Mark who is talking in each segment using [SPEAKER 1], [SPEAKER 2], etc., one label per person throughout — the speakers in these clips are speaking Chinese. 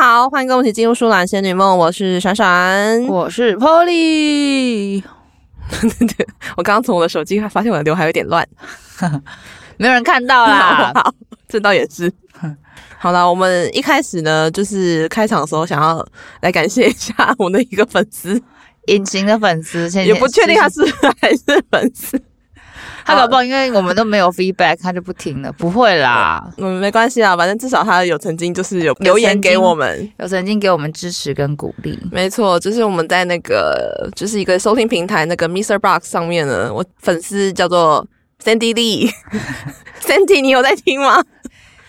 [SPEAKER 1] 好，欢迎跟我一起进入舒兰仙女梦，我是闪闪。我
[SPEAKER 2] 我是 Polly，
[SPEAKER 1] 刚刚从我的手机发现我的刘海有点乱，。
[SPEAKER 2] 没有人看到啦
[SPEAKER 1] 好，这倒也是。好啦，我们一开始呢，就是开场的时候想要来感谢一下 我的一个粉丝，
[SPEAKER 2] 隐形的粉丝，现在
[SPEAKER 1] 也不确定他是还是粉丝，
[SPEAKER 2] 他搞不好，因为我们都没有 feedback，他就不听了。 不会啦，
[SPEAKER 1] 嗯，没关系啊，反正至少他有曾经就是有留言给我们。
[SPEAKER 2] 有曾经给我们支持跟鼓励。
[SPEAKER 1] 没错，就是我们在那个就是一个收听平台那个 Mr. Box 上面呢，我粉丝叫做 Sandy Lee，Sandy 你有在听吗？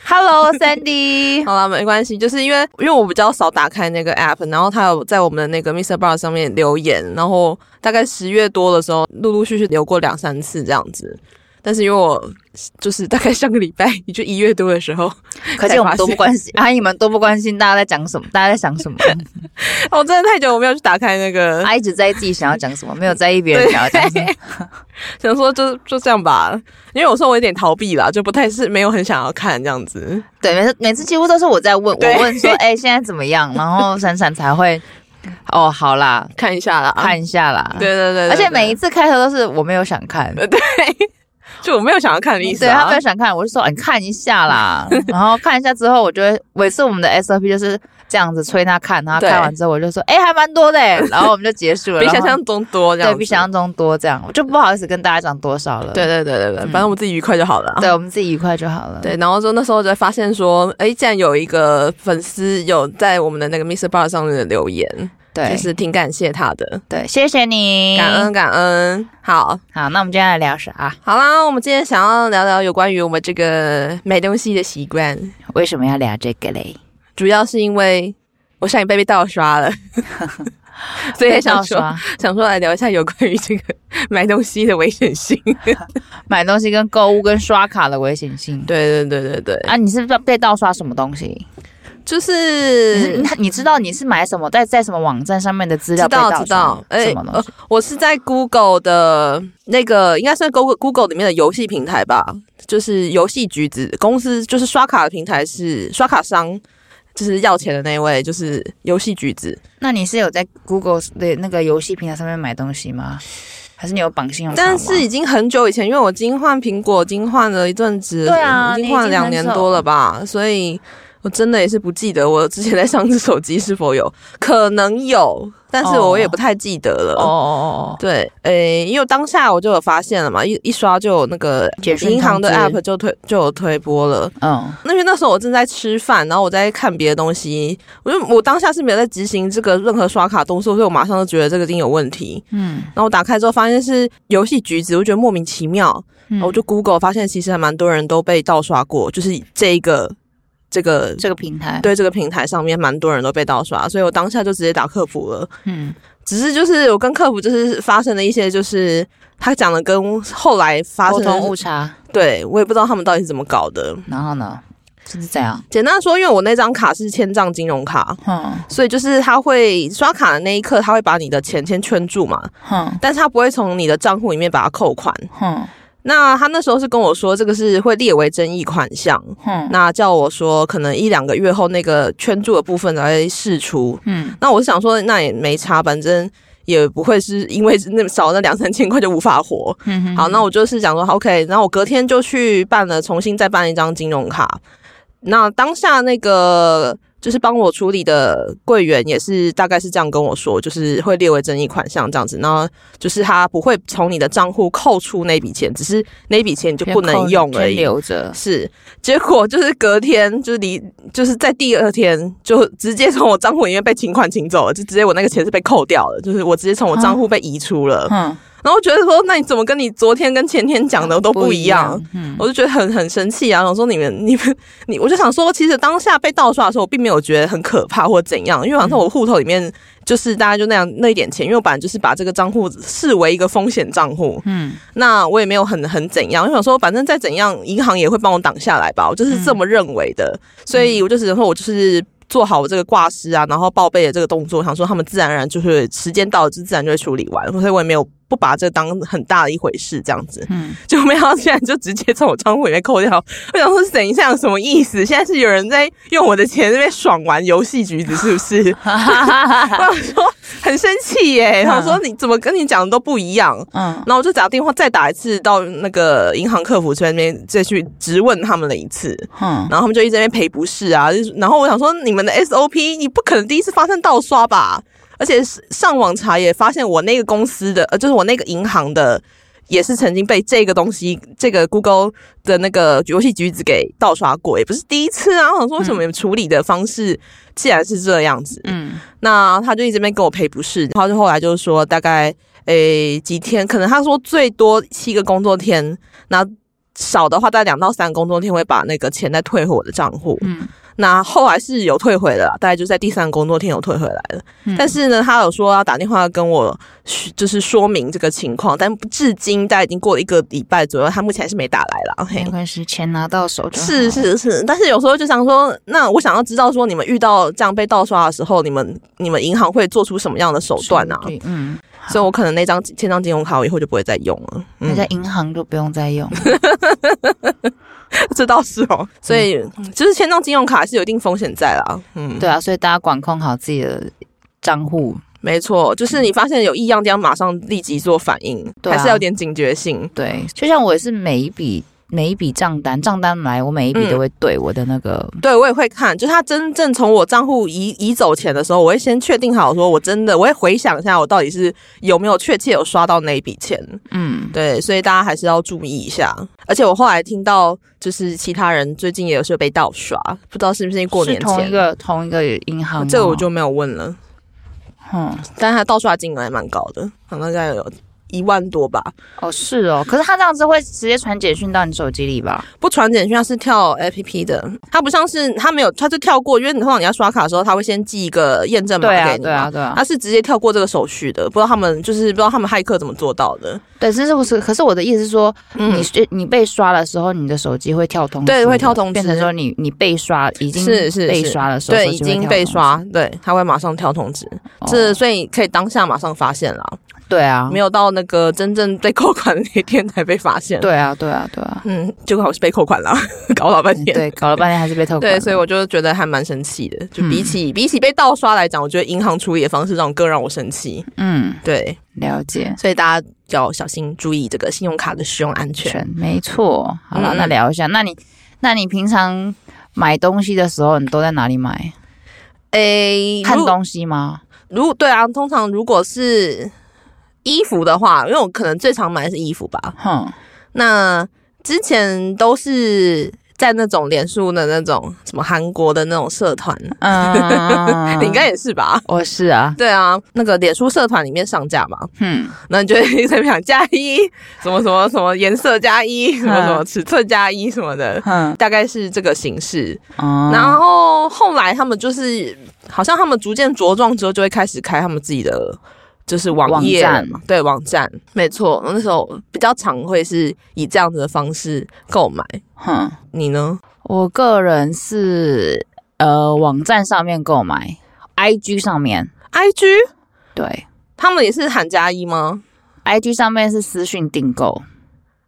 [SPEAKER 2] Hello Sandy，
[SPEAKER 1] 好啦，没关系，就是因为因为我比较少打开那个 app，然后他有在我们的那个 Mr. Bar 上面留言，然后大概十月多的时候，陆陆续续留过两三次这样子。但是因为我就是大概上个礼拜，也就一月多的时候，
[SPEAKER 2] 可见我们多不关心， 阿姨们多不关心大家在讲什么，大家在想 什么，
[SPEAKER 1] 我哦真的太久我没有去打开那个，
[SPEAKER 2] 她一直在意自己想要讲什么，没有在意别人想要讲什么。
[SPEAKER 1] 想说就就这样吧，因为有时候我有点逃避啦，就不太是没有很想要看这样子。
[SPEAKER 2] 对，每次每次几乎都是我在问，
[SPEAKER 1] 对
[SPEAKER 2] 我问 说，哎、现在怎么样？然后闪闪才会， 哦，啊好啦，
[SPEAKER 1] 看一下啦，
[SPEAKER 2] 看一下啦。
[SPEAKER 1] 对，对对对，
[SPEAKER 2] 而且
[SPEAKER 1] 对
[SPEAKER 2] 每一次开头都是我没有想看，
[SPEAKER 1] 就我没有想要看的意思、
[SPEAKER 2] 对他
[SPEAKER 1] 啊，
[SPEAKER 2] 没有想看，我就说哎你看一下 啦，然后看一下之后，我就会每次我们的 SOP 就是这样子催他看，然后
[SPEAKER 1] 对
[SPEAKER 2] 看完之后我就说，哎、还蛮多的欸，然后我们就结束了，
[SPEAKER 1] 比想
[SPEAKER 2] 然后
[SPEAKER 1] 象中多这样
[SPEAKER 2] 对
[SPEAKER 1] 子，
[SPEAKER 2] 比想象中多，这样我就不好意思跟大家讲多少了，
[SPEAKER 1] 对对对对对，
[SPEAKER 2] 嗯
[SPEAKER 1] 反正我们自己愉快就好了啊。
[SPEAKER 2] 对，我们自己愉快就好了，
[SPEAKER 1] 对，然后就那时候就发现说，哎，竟然有一个粉丝有在我们的那个 Mr. Bar 上面的留言，
[SPEAKER 2] 对，
[SPEAKER 1] 就是挺感谢他的，
[SPEAKER 2] 对，谢谢你，
[SPEAKER 1] 感恩。感恩。好，
[SPEAKER 2] 好，那我们今天来聊啥？啊
[SPEAKER 1] 好啦，我们今天想要聊聊有关于我们这个买东西的习惯，
[SPEAKER 2] 为什么要聊这个嘞？
[SPEAKER 1] 主要是因为我上一辈被盗刷了， 所以想
[SPEAKER 2] 被
[SPEAKER 1] 说
[SPEAKER 2] 盗刷
[SPEAKER 1] 想说来聊一下有关于这个买东西的危险性。
[SPEAKER 2] 买东西跟购物跟刷卡的危险性。
[SPEAKER 1] 对对对对对，
[SPEAKER 2] 啊，你是不是被盗刷什么东西？
[SPEAKER 1] 就
[SPEAKER 2] 你是
[SPEAKER 1] 是
[SPEAKER 2] 你你知道你是买什么，在在什么网站上面的资料
[SPEAKER 1] 知
[SPEAKER 2] 被
[SPEAKER 1] 道
[SPEAKER 2] 盗
[SPEAKER 1] 知道
[SPEAKER 2] 刷
[SPEAKER 1] 哎
[SPEAKER 2] 什么东西？
[SPEAKER 1] 我是在 Google 的那个，应该算 Google Google 里面的游戏平台吧，就是游戏橘子公司，就是刷卡的平台是刷卡商，就是要钱的那一位，就是游戏橘子。
[SPEAKER 2] 那你是有在 Google 的那个游戏平台上面买东西吗？还是你有绑信用卡吗？
[SPEAKER 1] 但是已经很久以前，因为我已经换苹果，已经换了一阵子，
[SPEAKER 2] 对啊
[SPEAKER 1] 已经
[SPEAKER 2] 你已
[SPEAKER 1] 换了
[SPEAKER 2] 经
[SPEAKER 1] 两
[SPEAKER 2] 很
[SPEAKER 1] 年
[SPEAKER 2] 久
[SPEAKER 1] 多了吧，所以我真的也是不记得我之前在上次手机是否有，可能有，但是我也不太记得了。
[SPEAKER 2] 哦哦哦
[SPEAKER 1] 对，诶，因为当下我就有发现了嘛，一一刷就有那个
[SPEAKER 2] 简讯
[SPEAKER 1] 银行的
[SPEAKER 2] 通知
[SPEAKER 1] app 就推就有推播了。
[SPEAKER 2] 哦，嗯，
[SPEAKER 1] 那因为那时候我正在吃饭，然后我在看别的东西，我就我当下是没有在执行这个任何刷卡动作，所以我马上就觉得这个一定有问题。
[SPEAKER 2] 嗯，
[SPEAKER 1] 然后我打开之后发现是游戏橘子，我觉得莫名其妙。
[SPEAKER 2] 嗯
[SPEAKER 1] 然后我就 Google 发现其实还蛮多人都被盗刷过，就是这一个这个
[SPEAKER 2] 这个平台，
[SPEAKER 1] 对这个平台上面蛮多人都被盗刷，所以我当下就直接打客服了。
[SPEAKER 2] 嗯，
[SPEAKER 1] 只是就是我跟客服就是发生了一些，就是他讲的跟后来发
[SPEAKER 2] 沟
[SPEAKER 1] 生
[SPEAKER 2] 通
[SPEAKER 1] 的，
[SPEAKER 2] 误差，
[SPEAKER 1] 对我也不知道他们到底是怎么搞的。
[SPEAKER 2] 然后呢，是这样，
[SPEAKER 1] 简单说，因为我那张卡是千账金融卡，
[SPEAKER 2] 哼
[SPEAKER 1] 所以就是他会刷卡的那一刻，他会把你的钱先圈住嘛，
[SPEAKER 2] 哼
[SPEAKER 1] 但是他不会从你的账户里面把它扣款。
[SPEAKER 2] 哼
[SPEAKER 1] 那他那时候是跟我说，这个是会列为争议款项，
[SPEAKER 2] 哼，
[SPEAKER 1] 那叫我说可能一两个月后那个圈住的部分才会释出，
[SPEAKER 2] 嗯，
[SPEAKER 1] 那我是想说，那也没差，反正也不会是因为那少那两三千块就无法活。
[SPEAKER 2] 嗯哼
[SPEAKER 1] 好，那我就是想说好，OK，然后我隔天就去办了，重新再办一张金融卡。那当下那个就是帮我处理的柜员也是大概是这样跟我说，就是会列为争议款项这样子，然后就是他不会从你的账户扣除那笔钱，只是那笔钱你就不能用而
[SPEAKER 2] 先
[SPEAKER 1] 已。
[SPEAKER 2] 留着，
[SPEAKER 1] 是，结果就是隔天，就是离，就是在第二天就直接从我账户里面被请款请走了，就直接我那个钱是被扣掉了，就是我直接从我账户被移出了。
[SPEAKER 2] 嗯，
[SPEAKER 1] 然后我觉得说，那你怎么跟你昨天跟前天讲的都不一样？，
[SPEAKER 2] 嗯，
[SPEAKER 1] 我就觉得很很生气啊！然后说你们、你们、你，我就想说，其实当下被盗刷的时候，我并没有觉得很可怕或怎样，因为好像我户头里面就是大概就那样那一点钱，因为我本来就是把这个账户视为一个风险账户，
[SPEAKER 2] 嗯，
[SPEAKER 1] 那我也没有很很怎样，我想说反正再怎样，银行也会帮我挡下来吧，我就是这么认为的，所以我就只能说我就是。做好我这个挂失啊，然后报备的这个动作，我想说他们自然而然就会时间到了，就自然就会处理完，所以我也没有不把这当很大的一回事，这样子。
[SPEAKER 2] 嗯，
[SPEAKER 1] 就没有，现在就直接从我账户里面扣掉。我想说，等一下什么意思？现在是有人在用我的钱在那边爽玩游戏橘子，是不是？ 我想说很生气耶、
[SPEAKER 2] 嗯
[SPEAKER 1] 他说你怎么跟你讲的都不一样。
[SPEAKER 2] 嗯，
[SPEAKER 1] 然后我就打电话再打一次到那个银行客服这边，再去质问他们了一次。
[SPEAKER 2] 嗯，
[SPEAKER 1] 然后他们就一直在那边赔不是啊，就是然后我想说你们的 SOP 你不可能第一次发生盗刷吧？而且是上网查也发现我那个公司的，呃，就是我那个银行的，也是曾经被这个东西，这个 Google 的那个游戏橘子给盗刷过，也不是第一次啊。我想说为什么你们处理的方式既然是这样子，
[SPEAKER 2] 嗯，
[SPEAKER 1] 那他就一直没给我赔不是，然后就后来就是说大概诶、几天，可能他说最多七个工作天，那少的话大概两到三个工作天会把那个钱再退回我的账户。
[SPEAKER 2] 嗯，
[SPEAKER 1] 那后来是有退回的啦，大概就在第三个工作天有退回来了。
[SPEAKER 2] 嗯
[SPEAKER 1] 但是呢，他有说要打电话跟我嘘就是说明这个情况，但至今大概已经过了一个礼拜左右，他目前还是没打来啦。嘿
[SPEAKER 2] 没关系，钱拿到手就好
[SPEAKER 1] 是，是是，但是有时候就想说，那我想要知道说，你们遇到这样被盗刷的时候，你们你们银行会做出什么样的手段啊？
[SPEAKER 2] 对，嗯，
[SPEAKER 1] 所以我可能那张千张金融卡我以后就不会再用 了。
[SPEAKER 2] 那
[SPEAKER 1] 嗯，
[SPEAKER 2] 在银行就不用再用，
[SPEAKER 1] 这倒是哦。所以、就是千张金融卡还是有一定风险在啦。嗯，
[SPEAKER 2] 对啊，所以大家管控好自己的账户，
[SPEAKER 1] 没错，就是你发现有异样地方，马上立即做反应，
[SPEAKER 2] 对啊
[SPEAKER 1] 还是要有点警觉性。
[SPEAKER 2] 对，就像我也是每一笔每一笔账单账单来，我每一笔
[SPEAKER 1] 嗯
[SPEAKER 2] 都会对我的那个，
[SPEAKER 1] 对，我也会看，就是他真正从我账户移移走钱的时候，我会先确定好，说我真的，我会回想一下，我到底是有没有确切有刷到那一笔钱。
[SPEAKER 2] 嗯，
[SPEAKER 1] 对，所以大家还是要注意一下。而且我后来听到，就是其他人最近也有是被盗刷，不知道是不是因为过年
[SPEAKER 2] 是同一
[SPEAKER 1] 前。
[SPEAKER 2] 个同一个银行吗，
[SPEAKER 1] 这个哦我就没有问了，
[SPEAKER 2] 嗯，
[SPEAKER 1] 但是他盗刷金额还蛮高的，好像大概有一万多吧。
[SPEAKER 2] 哦是哦，可是他这样子会直接传简讯到你手机里吧？
[SPEAKER 1] 不传简讯，它是跳 APP 的，它不像是它没有，它就跳过，因为你通常你要刷卡的时候，它会先寄一个验证码
[SPEAKER 2] 对啊
[SPEAKER 1] 给你
[SPEAKER 2] 对啊
[SPEAKER 1] 嘛。
[SPEAKER 2] 对啊，
[SPEAKER 1] 它是直接跳过这个手续的，不知道他们就是不知道他们骇客怎么做到的。
[SPEAKER 2] 对，这是不是？可是我的意思是说，你是你被刷的时候，你的手机会跳通知的，
[SPEAKER 1] 嗯对会跳通知
[SPEAKER 2] 变成说你你被刷已经
[SPEAKER 1] 是是
[SPEAKER 2] 被
[SPEAKER 1] 是
[SPEAKER 2] 刷的时候，
[SPEAKER 1] 对，
[SPEAKER 2] 手
[SPEAKER 1] 已
[SPEAKER 2] 机会
[SPEAKER 1] 经
[SPEAKER 2] 跳
[SPEAKER 1] 被
[SPEAKER 2] 通知，
[SPEAKER 1] 刷，对，它会马上跳通知，
[SPEAKER 2] 哦
[SPEAKER 1] 这所以可以当下马上发现啦。
[SPEAKER 2] 对 啊
[SPEAKER 1] 没，有到那个真正被扣款的那天才被发现。，
[SPEAKER 2] 对啊，对啊，对啊，
[SPEAKER 1] 嗯，结果我是被扣款了， 搞老半 天。
[SPEAKER 2] 对，搞了半天还是被偷。
[SPEAKER 1] 对所以我就觉得还蛮生气的。就
[SPEAKER 2] 嗯
[SPEAKER 1] 比起、比起被盗刷来讲，我觉得银行处理的方式让更让我生气。
[SPEAKER 2] 嗯，
[SPEAKER 1] 对，
[SPEAKER 2] 了解，
[SPEAKER 1] 所以大家要小心注意这个信用卡的使用安全。
[SPEAKER 2] 全没错。好了，
[SPEAKER 1] 嗯
[SPEAKER 2] 那聊一下，那你那你平常买东西的时候，你都在哪里买？
[SPEAKER 1] 诶，
[SPEAKER 2] 看
[SPEAKER 1] 如
[SPEAKER 2] 东西吗？
[SPEAKER 1] 如果对啊，通常如果是衣服的话，因为我可能最常买的是衣服吧。
[SPEAKER 2] 哼，
[SPEAKER 1] 那之前都是在那种脸书的那种什么韩国的那种社团，
[SPEAKER 2] 嗯
[SPEAKER 1] 你应该也是吧？
[SPEAKER 2] 我是啊，
[SPEAKER 1] 对啊，那个脸书社团里面上架嘛，
[SPEAKER 2] 嗯，
[SPEAKER 1] 那你就一直在想加一，什么什么什么颜色加一，
[SPEAKER 2] 嗯
[SPEAKER 1] 什么什么尺寸加一什么的，
[SPEAKER 2] 哼，
[SPEAKER 1] 大概是这个形式。
[SPEAKER 2] 哦
[SPEAKER 1] 嗯然后后来他们就是，好像他们逐渐茁壮之后，就会开始开他们自己的就是网页
[SPEAKER 2] 网站
[SPEAKER 1] 嘛，对网站，没错。那时候比较常会是以这样子的方式购买。
[SPEAKER 2] 哼，
[SPEAKER 1] 你呢？
[SPEAKER 2] 我个人是呃网站上面购买，IG 上面
[SPEAKER 1] I G
[SPEAKER 2] 对
[SPEAKER 1] 他们也是喊加一吗？
[SPEAKER 2] ，IG 上面是私讯订购，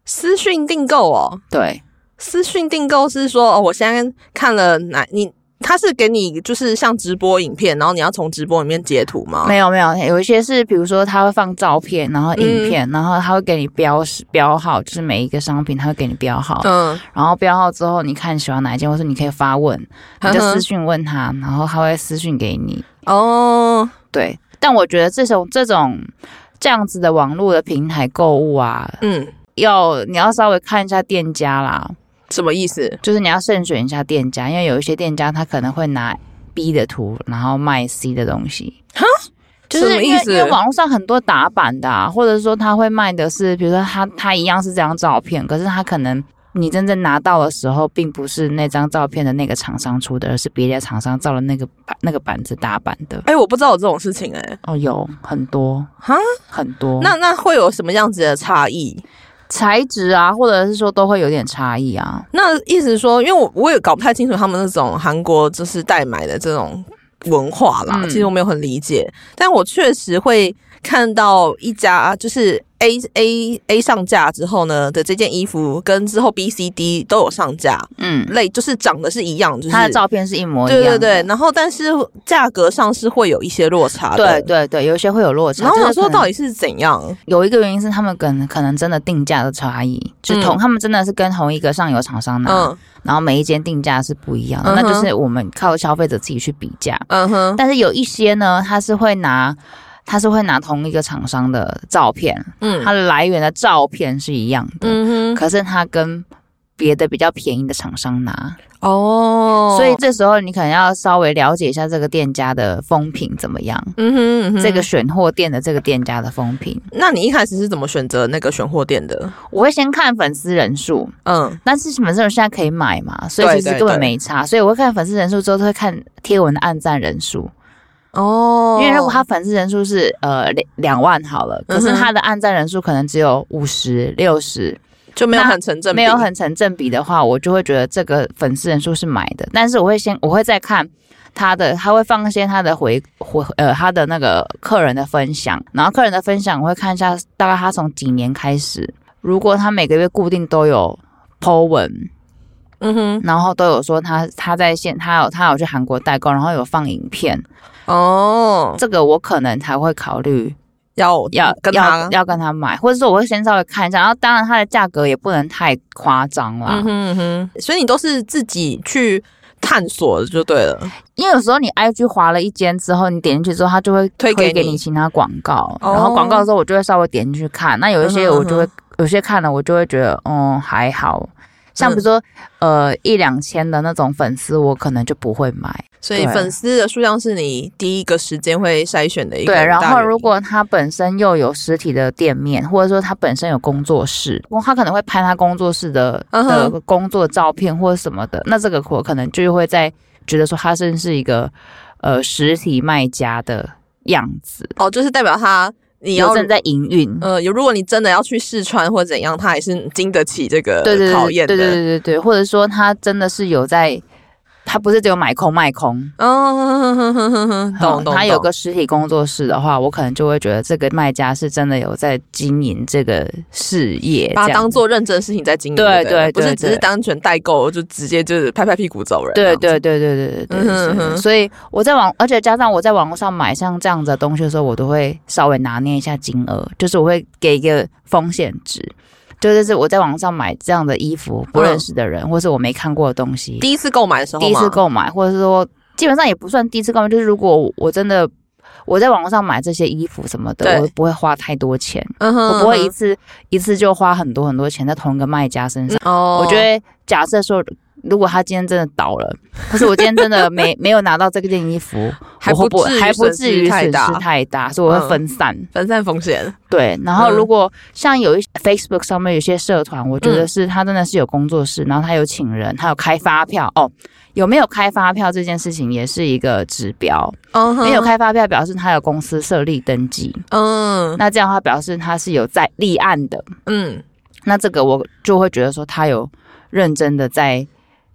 [SPEAKER 1] 私讯订购哦，
[SPEAKER 2] 对
[SPEAKER 1] 私讯订购是说，哦，我现在看了哪你。他是给你就是像直播影片，然后你要从直播里面截图吗？
[SPEAKER 2] 没有没有，有一些是比如说他会放照片，然后影片，
[SPEAKER 1] 嗯
[SPEAKER 2] 然后他会给你标识标号，就是每一个商品他会给你标号，
[SPEAKER 1] 嗯，
[SPEAKER 2] 然后标号之后你看喜欢哪一件，或是你可以发问，你就私讯问他，然后他会私讯给你，
[SPEAKER 1] 哦，
[SPEAKER 2] 对，但我觉得这种这种这样子的网络的平台购物啊，
[SPEAKER 1] 嗯，
[SPEAKER 2] 要你要稍微看一下店家啦，
[SPEAKER 1] 什么意思？
[SPEAKER 2] 就是你要慎选一下店家，因为有一些店家他可能会拿 B 的图，然后卖 C 的东西。哈，就是
[SPEAKER 1] 什么
[SPEAKER 2] 因为
[SPEAKER 1] 意思
[SPEAKER 2] 因为网络上很多打版的、啊，或者说他会卖的是，比如说他他一样是这张照片，可是他可能。你真正拿到的时候，并不是那张照片的那个厂商出的，而是别的厂商照了 那个版那个版子打版的。
[SPEAKER 1] 哎、我不知道有这种事情哎、
[SPEAKER 2] 哦，有很多
[SPEAKER 1] 哈，
[SPEAKER 2] 很多。
[SPEAKER 1] 那那会有什么样子的差异？
[SPEAKER 2] 材质啊，或者是说都会有点差异啊。
[SPEAKER 1] 那意思是说，因为我我也搞不太清楚他们那种韩国就是代买的这种文化啦，
[SPEAKER 2] 嗯
[SPEAKER 1] 其实我没有很理解，但我确实会看到一家就是 A A A 上架之后呢的这件衣服，跟之后 B C D 都有上架，
[SPEAKER 2] 嗯，
[SPEAKER 1] 类就是长得是一样，就是
[SPEAKER 2] 他的照片是一模一
[SPEAKER 1] 对
[SPEAKER 2] 样的，
[SPEAKER 1] 对对，然后但是价格上是会有一些落差的。
[SPEAKER 2] 啊对对对，有一些会有落差。
[SPEAKER 1] 然后我想说，到
[SPEAKER 2] 底
[SPEAKER 1] 底是怎样？
[SPEAKER 2] 有一个原因是他们可能可能真的定价的差异，就同、
[SPEAKER 1] 嗯
[SPEAKER 2] 他们真的是跟同一个上游厂商拿，
[SPEAKER 1] 嗯
[SPEAKER 2] 然后每一间定价是不一样的，
[SPEAKER 1] 嗯
[SPEAKER 2] 那
[SPEAKER 1] 哼
[SPEAKER 2] 就是我们靠消费者自己去比价。
[SPEAKER 1] 嗯哼，
[SPEAKER 2] 但是有一些呢，他是会拿。他是会拿同一个厂商的照片，
[SPEAKER 1] 嗯
[SPEAKER 2] 它的来源的照片是一样的，
[SPEAKER 1] 嗯哼，
[SPEAKER 2] 可是他跟别的比较便宜的厂商拿，
[SPEAKER 1] 哦，
[SPEAKER 2] 所以这时候你可能要稍微了解一下这个店家的风评怎么样，
[SPEAKER 1] 嗯哼嗯哼，
[SPEAKER 2] 这个选货店的这个店家的风评。
[SPEAKER 1] 那你一开始是怎么选择那个选货店的？
[SPEAKER 2] 我会先看粉丝人数，
[SPEAKER 1] 嗯
[SPEAKER 2] 但是粉丝人数现在可以买嘛，所以
[SPEAKER 1] 对
[SPEAKER 2] 其实
[SPEAKER 1] 对
[SPEAKER 2] 根本
[SPEAKER 1] 对
[SPEAKER 2] 没差。所以我会看粉丝人数之后，都会看贴文的按赞人数，
[SPEAKER 1] 哦
[SPEAKER 2] 因为如果他粉丝人数是呃两两万好了，可是
[SPEAKER 1] 嗯哼
[SPEAKER 2] 他的按赞人数可能只有五十六十，
[SPEAKER 1] 就没有
[SPEAKER 2] 那
[SPEAKER 1] 很成正比，
[SPEAKER 2] 没有很成正比的话，我就会觉得这个粉丝人数是买的，但是我会先我会再看。他的他会放一些他的回回呃他的那个客人的分享，然后客人的分享我会看一下大概他从几年开始，如果他每个月固定都有 po 文，
[SPEAKER 1] 嗯哼
[SPEAKER 2] 然后都有说他他在线他有他有去韩国代购，然后有放影片，
[SPEAKER 1] 哦，
[SPEAKER 2] 这个我可能才会考虑
[SPEAKER 1] 要
[SPEAKER 2] 要
[SPEAKER 1] 嗯跟
[SPEAKER 2] 要
[SPEAKER 1] 他
[SPEAKER 2] 要跟他买，或者说我会先稍微看一下，然后当然它的价格也不能太夸张啦，
[SPEAKER 1] 嗯哼嗯哼，所以你都是自己去探索的就对了。
[SPEAKER 2] 因为有时候你 IG 划了一间之后，你点进去之后，它就会
[SPEAKER 1] 推给
[SPEAKER 2] 给
[SPEAKER 1] 你
[SPEAKER 2] 你其他广告，
[SPEAKER 1] 哦
[SPEAKER 2] 然后广告的时候我就会稍微点进去看。那有一些
[SPEAKER 1] 嗯哼
[SPEAKER 2] 我就会，有些看了我就会觉得，嗯，还好。像
[SPEAKER 1] 嗯
[SPEAKER 2] 比如说，呃，一两千的那种粉丝，我可能就不会买。
[SPEAKER 1] 所以
[SPEAKER 2] 对
[SPEAKER 1] 粉丝的数量是你第一个时间会筛选的一个
[SPEAKER 2] 对，
[SPEAKER 1] 很大
[SPEAKER 2] 然
[SPEAKER 1] 原因。
[SPEAKER 2] 后如果他本身又有实体的店面，或者说他本身有工作室，他可能会拍他工作室的
[SPEAKER 1] 嗯
[SPEAKER 2] 的
[SPEAKER 1] 哼
[SPEAKER 2] 工作照片或者什么的，那这个我可能就会在觉得说他真是一个呃实体卖家的样子，
[SPEAKER 1] 哦，就是代表他你
[SPEAKER 2] 有
[SPEAKER 1] 要
[SPEAKER 2] 正在营运。
[SPEAKER 1] 呃，有如果你真的要去试穿或怎样，他还是经得起这个
[SPEAKER 2] 对对
[SPEAKER 1] 考
[SPEAKER 2] 对对
[SPEAKER 1] 验的。
[SPEAKER 2] 对对对对，或者说他真的是有在，他不是只有买空卖空，嗯
[SPEAKER 1] 哦，哼哼哼哼哼懂懂。
[SPEAKER 2] 他有
[SPEAKER 1] 懂
[SPEAKER 2] 个实体工作室的话，我可能就会觉得这个卖家是真的有在经营这个事业，
[SPEAKER 1] 把它
[SPEAKER 2] 这样
[SPEAKER 1] 当做认真事情在经营，
[SPEAKER 2] 对
[SPEAKER 1] 不
[SPEAKER 2] 对
[SPEAKER 1] 不
[SPEAKER 2] 对
[SPEAKER 1] 是只
[SPEAKER 2] 对
[SPEAKER 1] 是单纯代购就直接就是拍拍屁股走人。
[SPEAKER 2] 对
[SPEAKER 1] 这样
[SPEAKER 2] 对对对对
[SPEAKER 1] 嗯
[SPEAKER 2] 对
[SPEAKER 1] 哼
[SPEAKER 2] 对
[SPEAKER 1] 嗯
[SPEAKER 2] 对，
[SPEAKER 1] 哼
[SPEAKER 2] 所以我在网，而且加上我在网络上买像这样子的东西的时候，我都会稍微拿捏一下金额，就是我会给一个风险值，就是是我在网上买这样的衣服，不认识的人，或是我没看过的东西
[SPEAKER 1] 子，，嗯第一次购买的时候嘛，
[SPEAKER 2] 第一次购买，或者是说基本上也不算第一次购买，就是如果我真的我在网络上买这些衣服什么的，
[SPEAKER 1] 对
[SPEAKER 2] 我不会花太多钱，
[SPEAKER 1] 嗯哼，嗯哼
[SPEAKER 2] 我不会一次一次就花很多很多钱在同一个卖家身上。
[SPEAKER 1] 哦，
[SPEAKER 2] 我觉得假设说，如果他今天真的倒了，可是我今天真的没 没有拿到这件衣服，
[SPEAKER 1] 还
[SPEAKER 2] 我会
[SPEAKER 1] 不
[SPEAKER 2] 不
[SPEAKER 1] 至于
[SPEAKER 2] 还不
[SPEAKER 1] 损
[SPEAKER 2] 至
[SPEAKER 1] 失
[SPEAKER 2] 于
[SPEAKER 1] 太
[SPEAKER 2] 损
[SPEAKER 1] 大
[SPEAKER 2] 失太大，所以我会分散。
[SPEAKER 1] 分散风险，
[SPEAKER 2] 对，然后
[SPEAKER 1] 嗯
[SPEAKER 2] 如果像有一些 Facebook 上面有些社团，我
[SPEAKER 1] 嗯
[SPEAKER 2] 觉得是他真的是有工作室，然后他有请人，他有开发票哦。有没有开发票这件事情也是一个指标，
[SPEAKER 1] 嗯哼
[SPEAKER 2] 没有，开发票表示他有公司设立登记，
[SPEAKER 1] 嗯
[SPEAKER 2] 那这样的话表示他是有在立案的，
[SPEAKER 1] 嗯，
[SPEAKER 2] 那这个我就会觉得说他有认真的在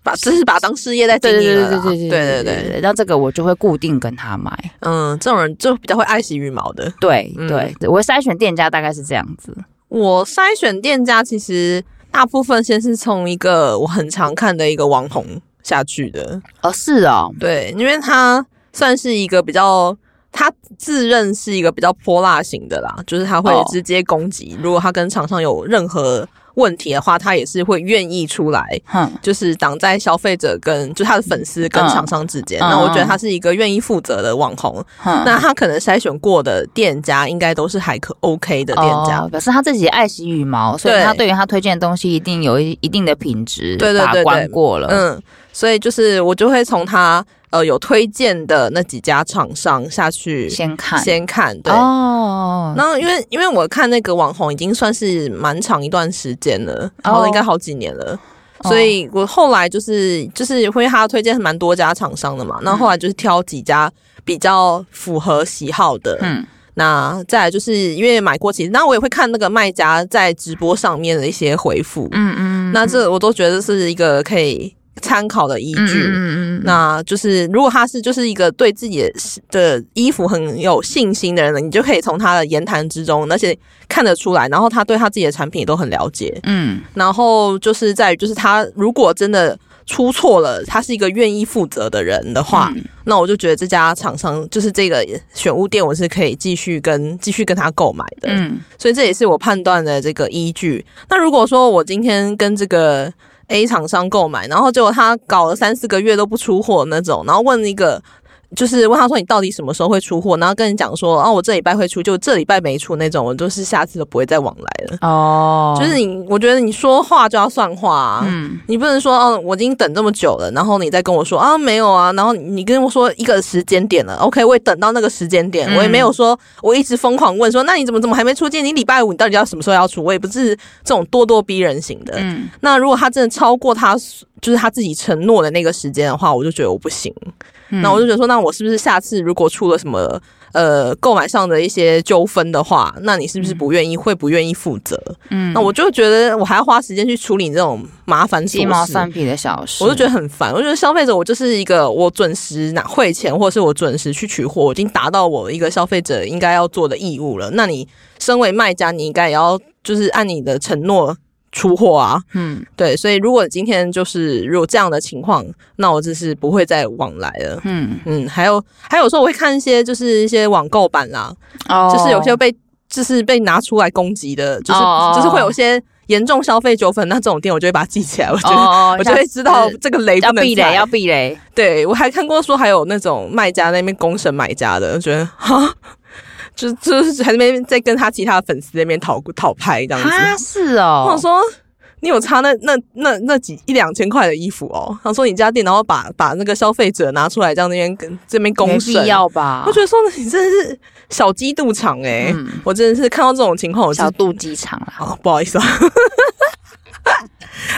[SPEAKER 1] 把这是把它当事业在经
[SPEAKER 2] 对对
[SPEAKER 1] 营了
[SPEAKER 2] 对
[SPEAKER 1] 啦，
[SPEAKER 2] 对对
[SPEAKER 1] 对对，
[SPEAKER 2] 对，那这个我就会固定跟他买。
[SPEAKER 1] 嗯，这种人就比较会爱惜羽毛的。
[SPEAKER 2] 对
[SPEAKER 1] 嗯
[SPEAKER 2] 对，我筛选店家大概是这样子。
[SPEAKER 1] 我筛选店家其实大部分先是从一个我很常看的一个网红下去的，
[SPEAKER 2] 哦，是哦，
[SPEAKER 1] 对，因为他算是一个比较，他自认是一个比较泼辣型的啦，就是他会
[SPEAKER 2] 哦
[SPEAKER 1] 直接攻击，如果他跟厂商有任何问题的话，他也是会愿意出来，
[SPEAKER 2] 哼，
[SPEAKER 1] 就是挡在消费者跟就他的粉丝跟
[SPEAKER 2] 嗯
[SPEAKER 1] 厂商之间。
[SPEAKER 2] 嗯
[SPEAKER 1] 那我觉得他是一个愿意负责的网红，
[SPEAKER 2] 哼
[SPEAKER 1] 那他可能筛选过的店家应该都是还可 OK 的店家。
[SPEAKER 2] 哦表示他自己爱惜羽毛，所以
[SPEAKER 1] 对
[SPEAKER 2] 他对于他推荐的东西一定有一一定的品质，
[SPEAKER 1] 对对对
[SPEAKER 2] 把
[SPEAKER 1] 对
[SPEAKER 2] 关过了。
[SPEAKER 1] 嗯，所以就是我就会从他呃有推荐的那几家厂商下去
[SPEAKER 2] 先看，
[SPEAKER 1] 先看，对，
[SPEAKER 2] 哦，
[SPEAKER 1] 然后因为因为我看那个网红已经算是蛮长一段时间了，然后应该好几年了。
[SPEAKER 2] 哦
[SPEAKER 1] 所以我后来就是就是因为他推荐蛮多家厂商的
[SPEAKER 2] 嗯
[SPEAKER 1] 嘛，那后来就是挑几家比较符合喜好的。
[SPEAKER 2] 嗯
[SPEAKER 1] 那再来就是因为买过其实，那我也会看那个卖家在直播上面的一些回复。
[SPEAKER 2] 嗯嗯，
[SPEAKER 1] 那这我都觉得是一个可以参考的依
[SPEAKER 2] 嗯
[SPEAKER 1] 据。
[SPEAKER 2] 嗯嗯嗯嗯
[SPEAKER 1] 那就是，如果他是就是一个对自己的的衣服很有信心的人，你就可以从他的言谈之中，而且看得出来，然后他对他自己的产品也都很了解。
[SPEAKER 2] 嗯
[SPEAKER 1] 然后就是在于，就是他如果真的出错了，他是一个愿意负责的人的话，
[SPEAKER 2] 嗯
[SPEAKER 1] 那我就觉得这家厂商就是这个选物店，我是可以继续跟继续跟他购买的。
[SPEAKER 2] 嗯
[SPEAKER 1] 所以这也是我判断的这个依据。那如果说我今天跟这个 A 厂商购买，然后结果他搞了三四个月都不出货那种，然后问一个。就是问他说你到底什么时候会出货，然后跟你讲说哦我这礼拜会出，就这礼拜没出那种，我就是下次都不会再往来了。
[SPEAKER 2] 哦，
[SPEAKER 1] 就是你，我觉得你说话就要算话、啊，
[SPEAKER 2] 嗯
[SPEAKER 1] 你不能说哦，我已经等这么久了，然后你再跟我说啊没有啊，然后你跟我说一个时间点了，OK，我也等到那个时间点，
[SPEAKER 2] 嗯
[SPEAKER 1] 我也没有说我一直疯狂问说，那你怎么怎么还没出件？你礼拜五你到底要什么时候要出？我也不是这种咄咄逼人型的。
[SPEAKER 2] 嗯
[SPEAKER 1] 那如果他真的超过他就是他自己承诺的那个时间的话，我就觉得我不行。
[SPEAKER 2] 嗯
[SPEAKER 1] 那我就觉得说，那我是不是下次如果出了什么呃购买上的一些纠纷的话，那你是不是不愿意、会不愿意负责？
[SPEAKER 2] 嗯
[SPEAKER 1] 那我就觉得我还要花时间去处理这种麻烦琐
[SPEAKER 2] 鸡毛
[SPEAKER 1] 事
[SPEAKER 2] 蒜皮的小事，
[SPEAKER 1] 我就觉得很烦。我觉得消费者，我就是一个我准时拿汇钱，或者是我准时去取货，我已经达到我一个消费者应该要做的义务了。那你身为卖家，你应该也要就是按你的承诺出货啊。
[SPEAKER 2] 嗯
[SPEAKER 1] 对，所以如果今天就是如果这样的情况，那我就是不会再往来了。
[SPEAKER 2] 嗯
[SPEAKER 1] 嗯，还有还有时候我会看一些就是一些网购版啦，
[SPEAKER 2] 哦，
[SPEAKER 1] 就是有些被就是被拿出来攻击的，就是、
[SPEAKER 2] 哦哦哦
[SPEAKER 1] 就是会有些严重消费纠纷，那这种店我就会把它记起来，我觉得、
[SPEAKER 2] 哦，
[SPEAKER 1] 我就会知道这个雷
[SPEAKER 2] 要
[SPEAKER 1] 不能
[SPEAKER 2] 避
[SPEAKER 1] 踩
[SPEAKER 2] 雷，要避雷，
[SPEAKER 1] 对我还看过说还有那种卖家在那边公审买家的，我觉得哈，就就是还在那边在跟他其他粉丝在那边讨讨拍这样子。
[SPEAKER 2] 哈是
[SPEAKER 1] 我
[SPEAKER 2] 哦
[SPEAKER 1] 想，说你有差那那那那几一两千块的衣服哦，他说你家店然后把把那个消费者拿出来这样那边跟这边公
[SPEAKER 2] 没
[SPEAKER 1] 审
[SPEAKER 2] 必，要吧？
[SPEAKER 1] 我觉得说你真的是小鸡肚肠哎、
[SPEAKER 2] 嗯
[SPEAKER 1] 我真的是看到这种情况，我就
[SPEAKER 2] 小肚鸡肠啦，
[SPEAKER 1] 啊不好意思啊。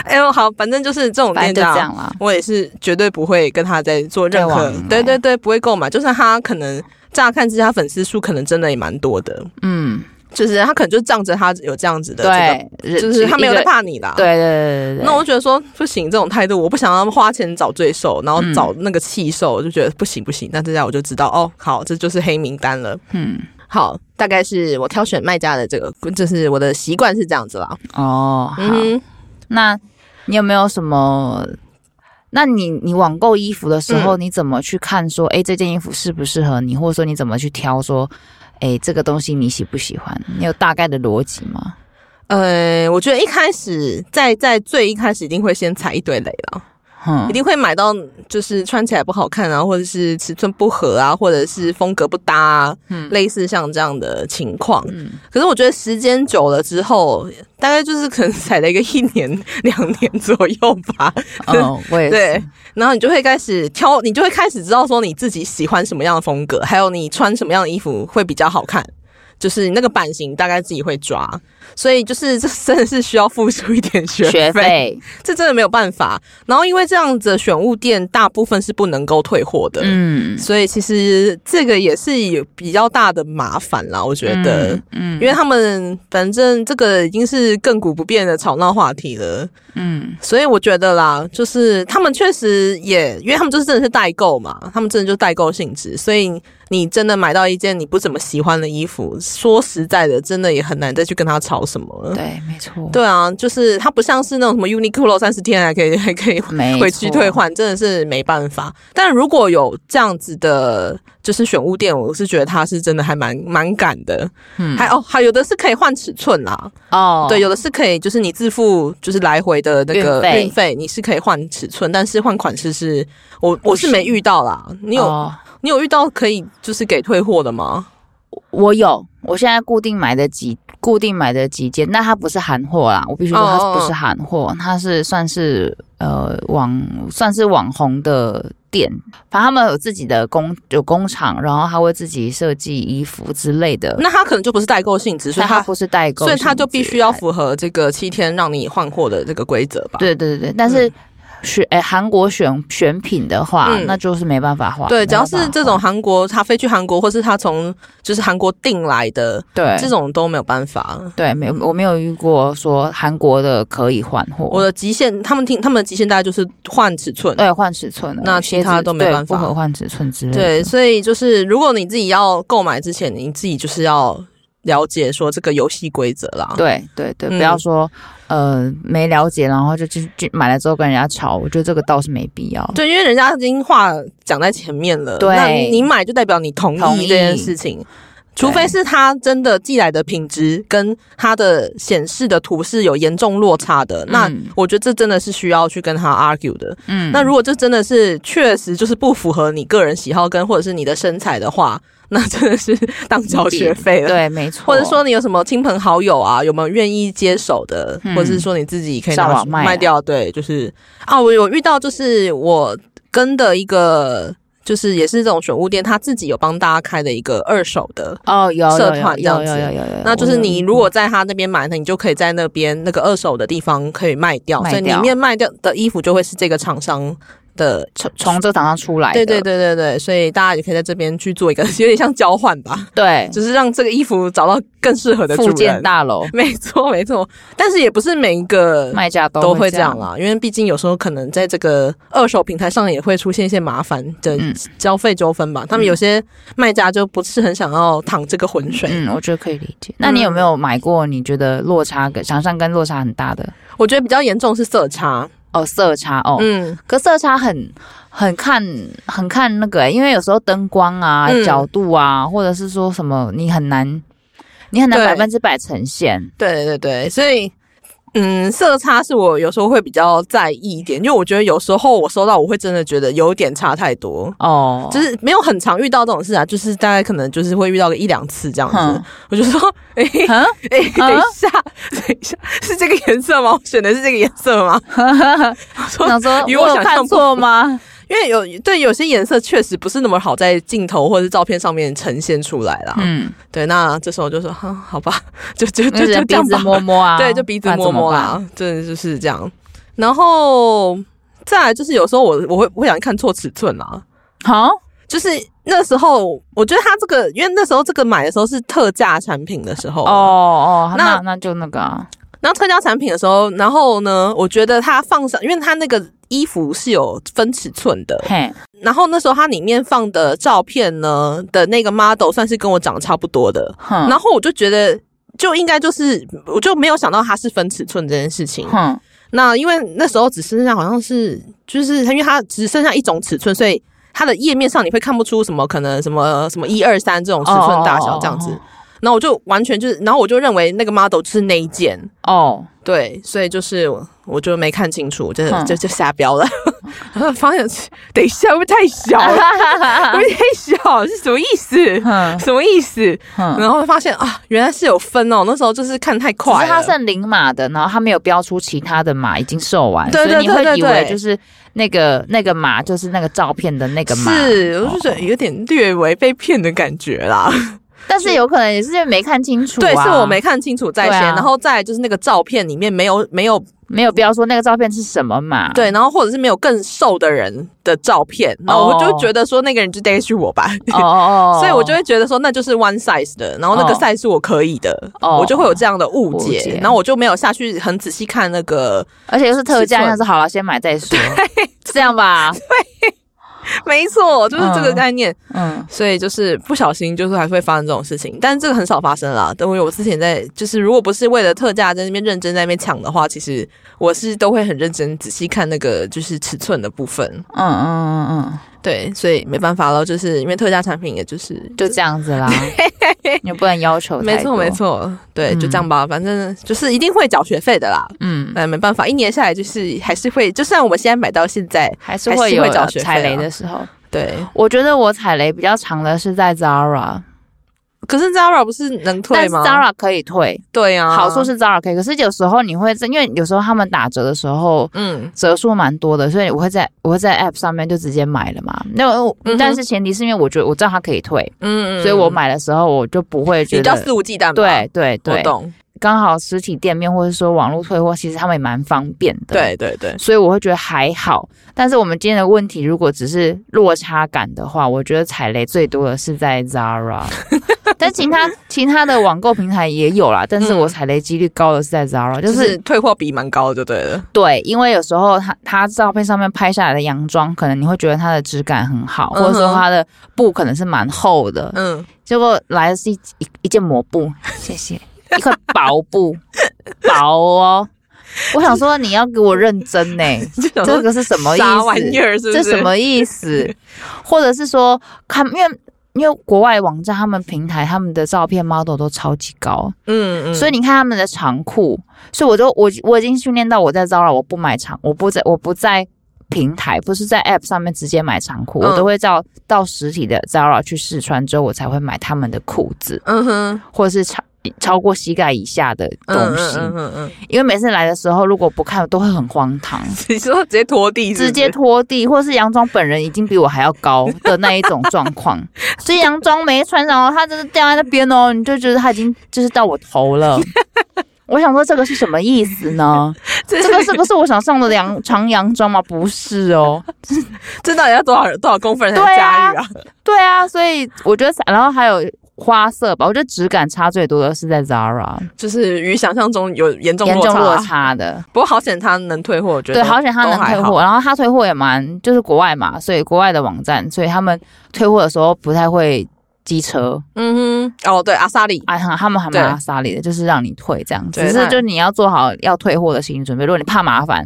[SPEAKER 1] 哎呦，好，反正就是这种
[SPEAKER 2] 反
[SPEAKER 1] 店
[SPEAKER 2] 正就
[SPEAKER 1] 家，
[SPEAKER 2] 这样啦。
[SPEAKER 1] 我也是绝对不会跟他再做任
[SPEAKER 2] 再
[SPEAKER 1] 何
[SPEAKER 2] 往来，
[SPEAKER 1] 对对对，不会购买。就算他可能乍看之下粉丝数可能真的也蛮多的，
[SPEAKER 2] 嗯，
[SPEAKER 1] 就是他可能就仗着他有这样子的这
[SPEAKER 2] 对，
[SPEAKER 1] 个，就是他没有在
[SPEAKER 2] 在，
[SPEAKER 1] 怕你啦。
[SPEAKER 2] 对。对对对对，
[SPEAKER 1] 那我就觉得说不行，这种态度我不想要花钱找罪受，然后
[SPEAKER 2] 嗯
[SPEAKER 1] 找那个气受，我就觉得不行不行。那这下我就知道哦，好，这就是黑名单了。
[SPEAKER 2] 嗯
[SPEAKER 1] 好，大概是我挑选卖家的这个，就是我的习惯是这样子啦。
[SPEAKER 2] 哦好，
[SPEAKER 1] 嗯哼，
[SPEAKER 2] 那你有没有什么？那你你网购衣服的时候，
[SPEAKER 1] 嗯
[SPEAKER 2] 你怎么去看说，哎诶，这件衣服适不适合你，或者说你怎么去挑说，诶，这个东西你喜不喜欢？你有大概的逻辑吗？
[SPEAKER 1] 呃，我觉得一开始在在最一开始一定会先踩一堆雷啦。
[SPEAKER 2] 哼
[SPEAKER 1] 一，定会买到就是穿起来不好看啊，或者是尺寸不合啊，或者是风格不搭啊，
[SPEAKER 2] 嗯
[SPEAKER 1] 类似像这样的情况。
[SPEAKER 2] 嗯
[SPEAKER 1] 可是我觉得时间久了之后，大概就是可能踩了一个一年、两年左右吧，
[SPEAKER 2] 哦，我也
[SPEAKER 1] 对
[SPEAKER 2] 是，。
[SPEAKER 1] 然后你就会开始挑，你就会开始知道说你自己喜欢什么样的风格，还有你穿什么样的衣服会比较好看。就是那个版型大概自己会抓，所以就是这真的是需要付出一点学
[SPEAKER 2] 学费，
[SPEAKER 1] 这真的没有办法。然后因为这样子的选物店大部分是不能够退货的，
[SPEAKER 2] 嗯，
[SPEAKER 1] 所以其实这个也是有比较大的麻烦啦，我觉得。
[SPEAKER 2] 嗯，嗯，
[SPEAKER 1] 因为他们反正这个已经是亘古不变的吵闹话题了，
[SPEAKER 2] 嗯
[SPEAKER 1] 所以我觉得啦，就是他们确实也，因为他们就是真的是代购嘛，他们真的就代购性质，所以你真的买到一件你不怎么喜欢的衣服，说实在的，真的也很难再去跟他吵什么了。
[SPEAKER 2] 对，没错，
[SPEAKER 1] 嗯对啊，就是它不像是那种什么 Uniqlo 三十天还可以还可以
[SPEAKER 2] 没错
[SPEAKER 1] 回去退，换，真的是没办法。但如果有这样子的，就是选物店，我是觉得它是真的还蛮蛮赶的。
[SPEAKER 2] 嗯
[SPEAKER 1] 还哦，还有的是可以换尺寸啦，
[SPEAKER 2] 哦，
[SPEAKER 1] 对，有的是可以，就是你自付就是来回的那个
[SPEAKER 2] 运费
[SPEAKER 1] 运费，你是可以换尺寸，但是换款式是我我是
[SPEAKER 2] 不行
[SPEAKER 1] 没遇到啦。你有、
[SPEAKER 2] 哦
[SPEAKER 1] 你有遇到可以就是给退货的吗？
[SPEAKER 2] 我有，我现在固定买的几固定买的几件，那它不是韩货啦，我必须说
[SPEAKER 1] 哦哦
[SPEAKER 2] 它
[SPEAKER 1] 哦
[SPEAKER 2] 不是韩货，它是算是呃网算是网红的店，反正他们有自己的工有工厂，然后他会自己设计衣服之类的，
[SPEAKER 1] 那它可能就不是代购性质，所以
[SPEAKER 2] 但它
[SPEAKER 1] 它。
[SPEAKER 2] 不是代购，
[SPEAKER 1] 所以它就必须要。符合这个七天让你换货的这个规则吧？
[SPEAKER 2] 对对对对，但是选诶韩国选选品的话，
[SPEAKER 1] 嗯
[SPEAKER 2] 那就是没办法画。
[SPEAKER 1] 对，
[SPEAKER 2] 没
[SPEAKER 1] 只要
[SPEAKER 2] 办法
[SPEAKER 1] 是这种
[SPEAKER 2] 画
[SPEAKER 1] 韩国，他飞去韩国，或是他从就是韩国订来的
[SPEAKER 2] 对
[SPEAKER 1] 这种都没有办法。
[SPEAKER 2] 对没有我没有遇过说韩国的可以换货，
[SPEAKER 1] 我的极限，他们听他们的极限大概就是换尺寸。
[SPEAKER 2] 对换尺寸的，
[SPEAKER 1] 那
[SPEAKER 2] 鞋
[SPEAKER 1] 其他
[SPEAKER 2] 子
[SPEAKER 1] 都没
[SPEAKER 2] 对
[SPEAKER 1] 办法
[SPEAKER 2] 不可换尺寸之类的。
[SPEAKER 1] 对，所以就是如果你自己要购买之前，你自己就是要了解说这个游戏规则啦。
[SPEAKER 2] 对对对，
[SPEAKER 1] 嗯
[SPEAKER 2] 不要说呃没了解，然后就去去买了之后跟人家吵，我觉得这个倒是没必要。
[SPEAKER 1] 对，因为人家已经话讲在前面了，
[SPEAKER 2] 对
[SPEAKER 1] 那你你买就代表你同
[SPEAKER 2] 同
[SPEAKER 1] 意
[SPEAKER 2] 意
[SPEAKER 1] 这件事情。除非是他真的寄来的品质跟他的显示的图是有严重落差的，那
[SPEAKER 2] 嗯
[SPEAKER 1] 我觉得这真的是需要去跟他 argue 的。
[SPEAKER 2] 嗯，
[SPEAKER 1] 那如果这真的是确实就是不符合你个人喜好跟或者是你的身材的话，那真的是当交学费了。，
[SPEAKER 2] 对，没错，
[SPEAKER 1] 或者说你有什么亲朋好友啊，有没有愿意接手的，
[SPEAKER 2] 嗯
[SPEAKER 1] 或者是说你自己可以拿
[SPEAKER 2] 上网
[SPEAKER 1] 去
[SPEAKER 2] 卖啊
[SPEAKER 1] 卖掉？对，就是啊，我有遇到，就是我跟的一个。就是也是这种选物店，他自己有帮大家开的一个二手的，
[SPEAKER 2] 哦有有
[SPEAKER 1] 社
[SPEAKER 2] 有
[SPEAKER 1] 团这样
[SPEAKER 2] 有有
[SPEAKER 1] 子
[SPEAKER 2] 有有有有，
[SPEAKER 1] 那就是
[SPEAKER 2] 我有嗯
[SPEAKER 1] 你如果在他那边买，那你就可以在那边那个二手的地方可以卖掉，
[SPEAKER 2] 卖
[SPEAKER 1] 所以里
[SPEAKER 2] 掉
[SPEAKER 1] 面卖掉的衣服就会是这个厂商的
[SPEAKER 2] 从从这个厂商出来的，
[SPEAKER 1] 对对对对对，所以大家也可以在这边去做一个 有点像交换吧，
[SPEAKER 2] 对
[SPEAKER 1] 就是让这个衣服找到更适合的主
[SPEAKER 2] 附件
[SPEAKER 1] 人。
[SPEAKER 2] 大楼
[SPEAKER 1] 没错没错，但是也不是每一个
[SPEAKER 2] 卖家
[SPEAKER 1] 都
[SPEAKER 2] 会
[SPEAKER 1] 会这样啦，因为毕竟有时候可能在这个二手平台上也会出现一些麻烦的
[SPEAKER 2] 嗯
[SPEAKER 1] 交费纠纷吧。他们有些卖家就不是很想要淌这个浑水，
[SPEAKER 2] 嗯，我觉得可以理解。那你有
[SPEAKER 1] 嗯
[SPEAKER 2] 没有买过你觉得落差跟想象跟落差很大的？
[SPEAKER 1] 我觉得比较严重是色差，
[SPEAKER 2] 哦，色差哦，
[SPEAKER 1] 嗯，
[SPEAKER 2] 可色差很很看很看那个欸、因为有时候灯光啊、
[SPEAKER 1] 嗯
[SPEAKER 2] 角度啊，或者是说什么，你很难，你很难
[SPEAKER 1] 对
[SPEAKER 2] 百分之百呈现。
[SPEAKER 1] 对对对，所以。嗯，色差是我有时候会比较在意一点，因为我觉得有时候我收到，我会真的觉得有点差太多。
[SPEAKER 2] 哦，
[SPEAKER 1] 就是没有很常遇到这种事啊，就是大概可能就是会遇到个一两次这样子。
[SPEAKER 2] 嗯
[SPEAKER 1] 我就说， 哎、
[SPEAKER 2] 嗯
[SPEAKER 1] 哎、等一下，等一下，是这个颜色吗？我选的是这个颜色 吗？我说，
[SPEAKER 2] 想说，我
[SPEAKER 1] 与我
[SPEAKER 2] 有
[SPEAKER 1] 想象
[SPEAKER 2] 看
[SPEAKER 1] 不
[SPEAKER 2] 错吗？
[SPEAKER 1] 因为有对有些颜色确实不是那么好在镜头或者是照片上面呈现出来啦。
[SPEAKER 2] 嗯，
[SPEAKER 1] 对，那这时候我就说，哈，好吧， 就就就
[SPEAKER 2] 就
[SPEAKER 1] 就是这
[SPEAKER 2] 鼻
[SPEAKER 1] 样
[SPEAKER 2] 子
[SPEAKER 1] 吧。
[SPEAKER 2] 摸摸啊，
[SPEAKER 1] 对，就鼻子摸摸啊
[SPEAKER 2] 不然怎么办。
[SPEAKER 1] 啦，真的就是这样。然后再来就是有时候我我会我会想看错尺寸啦，
[SPEAKER 2] 好，
[SPEAKER 1] 就是那时候我觉得他这个，因为那时候这个买的时候是特价产品的时候
[SPEAKER 2] 哦哦，
[SPEAKER 1] 那
[SPEAKER 2] 那那就那个啊，
[SPEAKER 1] 然后特价产品的时候，然后呢，我觉得它放上，因为它那个衣服是有分尺寸的，
[SPEAKER 2] 嘿，
[SPEAKER 1] 然后那时候它里面放的照片呢的那个 model 算是跟我长得差不多的，
[SPEAKER 2] 哼，
[SPEAKER 1] 然后我就觉得就应该就是，我就没有想到它是分尺寸这件事情，
[SPEAKER 2] 哼，
[SPEAKER 1] 那因为那时候只剩下好像是，就是因为它只剩下一种尺寸，所以它的页面上你会看不出什么可能什么什么一二三这种尺寸大小这样子
[SPEAKER 2] 哦哦哦。
[SPEAKER 1] 然后我就完全就是，然后我就认为那个 model 就是那一件，
[SPEAKER 2] 哦，
[SPEAKER 1] 对，所以就是我我就没看清楚，我就
[SPEAKER 2] 嗯
[SPEAKER 1] 就就下标了。 然后发现等一下会不会太小了？会不会太小是什么意思？
[SPEAKER 2] 哼
[SPEAKER 1] 什么意思？
[SPEAKER 2] 哼。
[SPEAKER 1] 然后发现啊，原来是有分哦。那时候就是看太
[SPEAKER 2] 只
[SPEAKER 1] 快
[SPEAKER 2] 是它
[SPEAKER 1] 了，
[SPEAKER 2] 剩零码的，然后它没有标出其他的码已经售完，
[SPEAKER 1] 对对
[SPEAKER 2] 所以
[SPEAKER 1] 对
[SPEAKER 2] 你
[SPEAKER 1] 对
[SPEAKER 2] 会以为
[SPEAKER 1] 对
[SPEAKER 2] 就是那个那个码就是那个照片的那个码，
[SPEAKER 1] 是，我就觉得有点略微被骗的感觉 啦。
[SPEAKER 2] 但是有可能也是因为没看清楚、啊，
[SPEAKER 1] 对，是我没看清楚在先，
[SPEAKER 2] 对啊
[SPEAKER 1] 然后再来就是那个照片里面没有没有
[SPEAKER 2] 没有标说那个照片是什么码，，
[SPEAKER 1] 对，然后或者是没有更瘦的人的照片，然后我就觉得说那个人就得是我吧。
[SPEAKER 2] 哦哦哦，
[SPEAKER 1] 所以我就会觉得说，那就是 one size 的，然后那个
[SPEAKER 2] 哦
[SPEAKER 1] size 是我可以的
[SPEAKER 2] 哦
[SPEAKER 1] 我就会有这样的误解，
[SPEAKER 2] 误解
[SPEAKER 1] 然后我就没有下去很仔细看那 个，
[SPEAKER 2] 而且又是特价，
[SPEAKER 1] 尺寸
[SPEAKER 2] 那是好了，先买再说， 是这样吧，
[SPEAKER 1] 没错，就是这个
[SPEAKER 2] 嗯
[SPEAKER 1] 概念。
[SPEAKER 2] 嗯，
[SPEAKER 1] 所以就是不小心，就是还是会发生这种事情，但这个很少发生啦。等我我之前在，就是如果不是为了特价在那边认真在那边抢的话，其实我是都会很认真仔细看那个就是尺寸的部分。
[SPEAKER 2] 嗯嗯嗯嗯，
[SPEAKER 1] 对，所以没办法咯，就是因为特价产品也就是
[SPEAKER 2] 就这样子啦，你不能要求太
[SPEAKER 1] 没错
[SPEAKER 2] 多
[SPEAKER 1] 没，错，对，
[SPEAKER 2] 嗯
[SPEAKER 1] 就这样吧，反正就是一定会缴学费的啦。
[SPEAKER 2] 嗯，
[SPEAKER 1] 哎，没办法，一年下来就是还是会，就算我们现在买到现在，
[SPEAKER 2] 还是会有
[SPEAKER 1] 还是会找学费啊
[SPEAKER 2] 踩雷的时候。
[SPEAKER 1] 对，
[SPEAKER 2] 我觉得我踩雷比较长的是在 Zara，
[SPEAKER 1] 可是 Zara 不是能退
[SPEAKER 2] 但是
[SPEAKER 1] 吗
[SPEAKER 2] Zara 可以退，
[SPEAKER 1] 对啊，
[SPEAKER 2] 好处是 Zara 可以，可是有时候你会在，因为有时候他们打折的时候，
[SPEAKER 1] 嗯
[SPEAKER 2] 折数蛮多的，所以我会在我会在 App 上面就直接买了嘛。那我、
[SPEAKER 1] 嗯哼
[SPEAKER 2] 但是前提是因为我觉得我知道它可以退，
[SPEAKER 1] 嗯，嗯
[SPEAKER 2] 所以我买的时候我就不会
[SPEAKER 1] 你
[SPEAKER 2] 觉
[SPEAKER 1] 比较
[SPEAKER 2] 得
[SPEAKER 1] 肆无忌惮吧，
[SPEAKER 2] 对对
[SPEAKER 1] 我
[SPEAKER 2] 对。
[SPEAKER 1] 懂。
[SPEAKER 2] 刚好实体店面或者说网络退货，其实他们也蛮方便的。
[SPEAKER 1] 对对对，
[SPEAKER 2] 所以我会觉得还好。但是我们今天的问题，如果只是落差感的话，我觉得踩雷最多的是在 Zara，但其他其他的网购平台也有啦。但是我踩雷几率高的是在 Zara，、就嗯
[SPEAKER 1] 就是是退货比蛮高就对了。
[SPEAKER 2] 对，因为有时候它它照片上面拍下来的洋装，可能你会觉得它的质感很好，或者
[SPEAKER 1] 嗯
[SPEAKER 2] 说
[SPEAKER 1] 哼
[SPEAKER 2] 它的布可能是蛮厚的，
[SPEAKER 1] 嗯，
[SPEAKER 2] 结果来的是一一一件抹 布，谢谢，一块薄布，薄哦。我想说你要给我认真呢、
[SPEAKER 1] 这种
[SPEAKER 2] 这个是什么意
[SPEAKER 1] 啥玩意
[SPEAKER 2] 思？
[SPEAKER 1] 儿？是不
[SPEAKER 2] 这
[SPEAKER 1] 是
[SPEAKER 2] 什么 意思？或者是说，看，因为因为国外网站他们平台他们的照片 model 都超级高，
[SPEAKER 1] 嗯嗯，
[SPEAKER 2] 所以你看他们的长裤，所以我就我我已经训练到我在 Zara 我不买长，我不在我不在平台不是在 App 上面直接买长裤，
[SPEAKER 1] 嗯
[SPEAKER 2] 我都会到到实体的 Zara 去试穿之后，我才会买他们的裤子
[SPEAKER 1] 嗯哼，
[SPEAKER 2] 或者是超超过膝盖以下的东
[SPEAKER 1] 嗯
[SPEAKER 2] 西，
[SPEAKER 1] 嗯嗯嗯，
[SPEAKER 2] 因为每次来的时候如果不看都会很荒唐。
[SPEAKER 1] 你说直接拖地是不是，
[SPEAKER 2] 直接拖地，或是洋装本人已经比我还要高的那一种状况，所以洋装没穿上哦，它就是掉在那边哦，你就觉得它已经就是到我头 了。我想说这个是什么意思呢？
[SPEAKER 1] 这
[SPEAKER 2] 这个是不是我想上的洋长洋装吗？不是哦。
[SPEAKER 1] 这到底要多少多少公分才能
[SPEAKER 2] 对啊
[SPEAKER 1] 驾驭啊？
[SPEAKER 2] 对啊，所以我觉得，然后还有花色吧，我觉得质感差最多的是在 Zara，
[SPEAKER 1] 就是与想象中有严重
[SPEAKER 2] 严
[SPEAKER 1] 落
[SPEAKER 2] 重
[SPEAKER 1] 差。
[SPEAKER 2] 落差的。
[SPEAKER 1] 不过好险他能退货，我觉得
[SPEAKER 2] 对，好险他
[SPEAKER 1] 都
[SPEAKER 2] 能
[SPEAKER 1] 还
[SPEAKER 2] 退
[SPEAKER 1] 好
[SPEAKER 2] 货，。然后他退货也蛮就是国外嘛，所以国外的网站，所以他们退货的时候不太会机车，
[SPEAKER 1] 嗯哼，哦对，阿萨里，
[SPEAKER 2] 啊，哈他们还
[SPEAKER 1] 对
[SPEAKER 2] 蛮阿莎里的，就是让你退这样，
[SPEAKER 1] 对
[SPEAKER 2] 只是
[SPEAKER 1] 那
[SPEAKER 2] 就你要做好要退货的心理准备。如果你怕麻烦，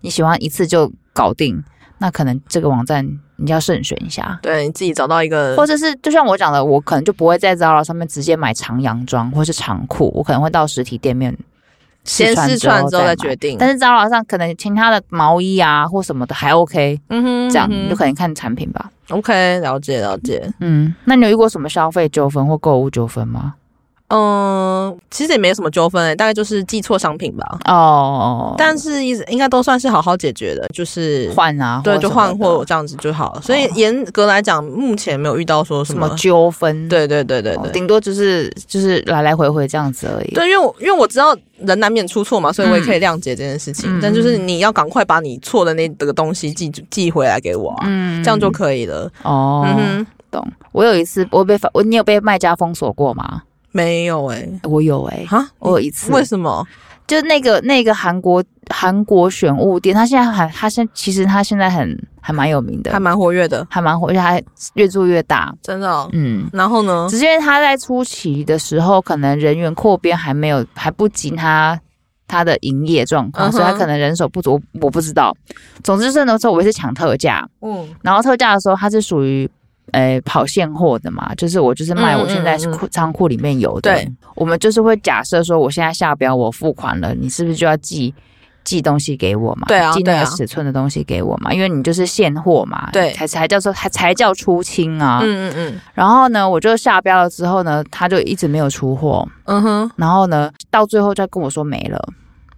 [SPEAKER 2] 你喜欢一次就搞定，那可能这个网站你要慎选一下。
[SPEAKER 1] 对你自己找到一个
[SPEAKER 2] 或者是就像我讲的，我可能就不会在 Zara 上面直接买长洋装或是长裤，我可能会到实体店面
[SPEAKER 1] 先试穿之后再
[SPEAKER 2] 再
[SPEAKER 1] 决
[SPEAKER 2] 买。
[SPEAKER 1] 定。
[SPEAKER 2] 但是 Zara 上可能其他的毛衣啊或什么的还 OK，
[SPEAKER 1] 嗯哼，
[SPEAKER 2] 这样、
[SPEAKER 1] 嗯
[SPEAKER 2] 你就可能看产品吧。
[SPEAKER 1] 哼 OK，了解了解。
[SPEAKER 2] 嗯，那你有遇过什么消费纠纷或购物纠纷吗？
[SPEAKER 1] 嗯，其实也没什么纠纷、欸，大概就是寄错商品吧。
[SPEAKER 2] 哦，
[SPEAKER 1] 但是一直应该都算是好好解决的，就是
[SPEAKER 2] 换啊，
[SPEAKER 1] 对，
[SPEAKER 2] 或
[SPEAKER 1] 就
[SPEAKER 2] 什么
[SPEAKER 1] 换
[SPEAKER 2] 的哦
[SPEAKER 1] 货这样子就好了。所以严格来讲，目前没有遇到说什
[SPEAKER 2] 什
[SPEAKER 1] 么
[SPEAKER 2] 么。纠纷，
[SPEAKER 1] 对对对对
[SPEAKER 2] 哦，
[SPEAKER 1] 对。
[SPEAKER 2] 顶多就是就是来来回回这样子而已。
[SPEAKER 1] 对，因为我因为我知道人难免出错嘛，所以我也
[SPEAKER 2] 嗯
[SPEAKER 1] 可以谅解这件事情。
[SPEAKER 2] 嗯
[SPEAKER 1] 但就是你要赶快把你错的那个东西寄寄回来给我、啊，
[SPEAKER 2] 嗯
[SPEAKER 1] 这样就可以了。
[SPEAKER 2] 哦，
[SPEAKER 1] 嗯哼，
[SPEAKER 2] 懂。我有一次我被发我你有被卖家封锁过吗？
[SPEAKER 1] 没有哎、
[SPEAKER 2] 我有哎、
[SPEAKER 1] 哈，
[SPEAKER 2] 我有一次，
[SPEAKER 1] 为什么？
[SPEAKER 2] 就那个那个韩国韩国选物店，他现在还他现其实他现在很还蛮有名
[SPEAKER 1] 还
[SPEAKER 2] 的，
[SPEAKER 1] 蛮活跃的，
[SPEAKER 2] 还蛮火，而且还越做越大。
[SPEAKER 1] 真的哦、
[SPEAKER 2] 嗯，
[SPEAKER 1] 然后呢？
[SPEAKER 2] 只是因为他在初期的时候，可能人员扩编还没有，还不及他他的营业状况
[SPEAKER 1] 嗯哼
[SPEAKER 2] 所以他可能人手不足，我我不知道。总之，那时候我也是抢特价，
[SPEAKER 1] 嗯
[SPEAKER 2] 然后特价的时候它是属于。呃，跑现货的嘛，就是我就是卖
[SPEAKER 1] 嗯嗯
[SPEAKER 2] 我现在
[SPEAKER 1] 嗯嗯
[SPEAKER 2] 库仓库里面有的。
[SPEAKER 1] 对，
[SPEAKER 2] 我们就是会假设说，我现在下标，我付款了，你是不是就要寄寄东西给我嘛？
[SPEAKER 1] 对啊
[SPEAKER 2] 寄
[SPEAKER 1] 对
[SPEAKER 2] 那
[SPEAKER 1] 啊
[SPEAKER 2] 个尺寸的东西给我嘛，因为你就是现货嘛，
[SPEAKER 1] 对
[SPEAKER 2] 才才叫做才才叫出清啊。
[SPEAKER 1] 嗯嗯嗯
[SPEAKER 2] 然后呢，我就下标了之后呢，他就一直没有出货，
[SPEAKER 1] 嗯哼，
[SPEAKER 2] 然后呢，到最后就跟我说没了，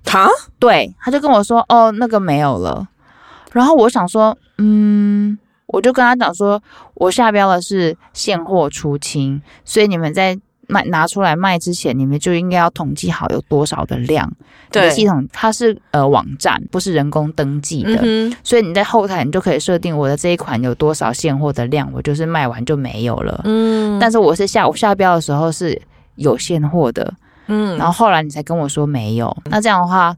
[SPEAKER 1] 哈，
[SPEAKER 2] 对，他就跟我说哦，那个没有了。然后我想说，嗯，我就跟他讲说，我下标的是现货出清，所以你们在卖拿出来卖之前，你们就应该要统计好有多少的量。你的
[SPEAKER 1] 对，
[SPEAKER 2] 系统它是呃网站，不是人工登记的，
[SPEAKER 1] 嗯哼，
[SPEAKER 2] 所以你在后台你就可以设定我的这一款有多少现货的量，我就是卖完就没有了。
[SPEAKER 1] 嗯
[SPEAKER 2] 但是我是下午下标的时候是有现货的，
[SPEAKER 1] 嗯
[SPEAKER 2] 然后后来你才跟我说没有，那这样的话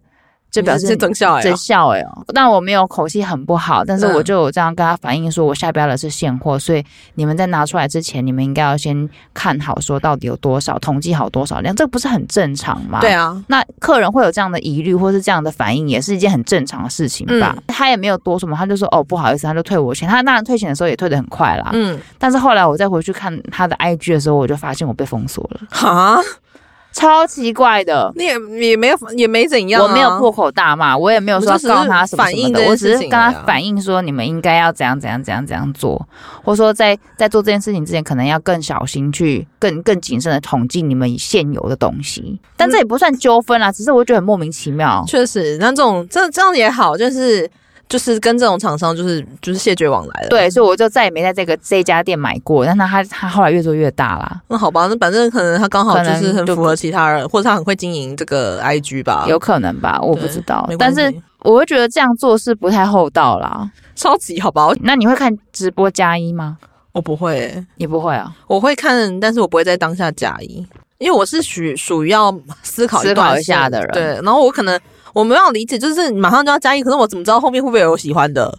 [SPEAKER 2] 就表示
[SPEAKER 1] 是增效哎、
[SPEAKER 2] 真笑哎、哦。但我没有口气很不好，但是
[SPEAKER 1] 嗯
[SPEAKER 2] 我就有这样跟他反映说，我下标的是现货，所以你们在拿出来之前，你们应该要先看好说到底有多少，统计好多少量，这不是很正常吗？
[SPEAKER 1] 对。啊，
[SPEAKER 2] 那客人会有这样的疑虑或是这样的反应，也是一件很正常的事情吧？
[SPEAKER 1] 嗯
[SPEAKER 2] 他也没有多什么，他就说哦不好意思，他就退我钱。他当然退钱的时候也退得很快啦，
[SPEAKER 1] 嗯，
[SPEAKER 2] 但是后来我再回去看他的 IG 的时候，我就发现我被封锁了，
[SPEAKER 1] 哈，
[SPEAKER 2] 超奇怪的。
[SPEAKER 1] 你也也没有也没怎样、啊，
[SPEAKER 2] 我没有破口大骂，我也没有说要告他什么什么的，
[SPEAKER 1] 我
[SPEAKER 2] 我
[SPEAKER 1] 就只是反映这件
[SPEAKER 2] 只是
[SPEAKER 1] 事情
[SPEAKER 2] 跟
[SPEAKER 1] 而
[SPEAKER 2] 他
[SPEAKER 1] 已啊
[SPEAKER 2] 反映说你们应该要怎样怎样怎样怎样做，或者说在在做这件事情之前，可能要更小心去更更谨慎的统计你们现有的东西。但
[SPEAKER 1] 嗯
[SPEAKER 2] 这也不算纠纷啦，只是我觉得很莫名其妙。
[SPEAKER 1] 确实，那这种这这样也好，就是就是跟这种厂商就是就是谢绝往来了。，
[SPEAKER 2] 对，所以我就再也没在这个这一家店买过。但他他他后来越做越大啦，
[SPEAKER 1] 那好吧，那反正可能他刚好就是
[SPEAKER 2] 可能
[SPEAKER 1] 很
[SPEAKER 2] 就
[SPEAKER 1] 符合其他人，或者他很会经营这个 IG 吧，
[SPEAKER 2] 有可能吧，我不
[SPEAKER 1] 啊对
[SPEAKER 2] 知道
[SPEAKER 1] 没。关
[SPEAKER 2] 但
[SPEAKER 1] 系
[SPEAKER 2] 是我会觉得这样做是不太厚道啦。
[SPEAKER 1] 超级好吧？我
[SPEAKER 2] 那你会看直播加一吗？
[SPEAKER 1] 我不会欸、
[SPEAKER 2] 你不会啊？
[SPEAKER 1] 我会看，但是我不会在当下加一，因为我是属属于要思考
[SPEAKER 2] 思
[SPEAKER 1] 段
[SPEAKER 2] 考一下
[SPEAKER 1] 时间
[SPEAKER 2] 的人
[SPEAKER 1] 对，然后我可能我没有理解，就是马上就要加一，可是我怎么知道后面会不会有喜欢的？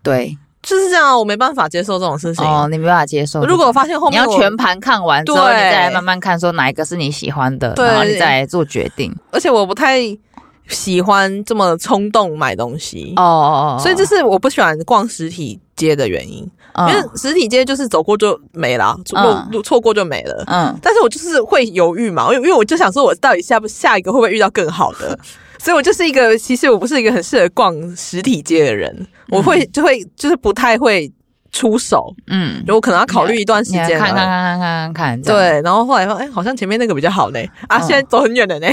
[SPEAKER 2] 对，
[SPEAKER 1] 就是这样啊，我没办法接受这种事情。
[SPEAKER 2] 哦，你没办法接受。
[SPEAKER 1] 如果我发现后
[SPEAKER 2] 你
[SPEAKER 1] 面
[SPEAKER 2] 要
[SPEAKER 1] 我
[SPEAKER 2] 全盘看完之后，
[SPEAKER 1] 对
[SPEAKER 2] 你再来慢慢看，说哪一个是你喜欢的，
[SPEAKER 1] 对
[SPEAKER 2] 然后你再来做决定。
[SPEAKER 1] 而且我不太喜欢这么冲动买东西，
[SPEAKER 2] 哦哦哦，
[SPEAKER 1] 所以这
[SPEAKER 2] 是
[SPEAKER 1] 是我不喜欢逛实体街的原因。因为
[SPEAKER 2] 嗯
[SPEAKER 1] 实体街就是走过就没了，啊错过、错过就没了。
[SPEAKER 2] 嗯，
[SPEAKER 1] 但是我就是会犹豫嘛，因为因为我就想说，我到底下不下一个会不会遇到更好的？所以我就是一个，其实我不是一个很适合逛实体街的人，我会就会就是不太会出手，
[SPEAKER 2] 嗯，
[SPEAKER 1] 我可能要考虑一段时
[SPEAKER 2] 你来
[SPEAKER 1] 间
[SPEAKER 2] 看看看
[SPEAKER 1] 啊。
[SPEAKER 2] 看看看看，这样，
[SPEAKER 1] 对，然后后来说，哎、好像前面那个比较好呢，啊，
[SPEAKER 2] 嗯
[SPEAKER 1] 现在走很远了呢，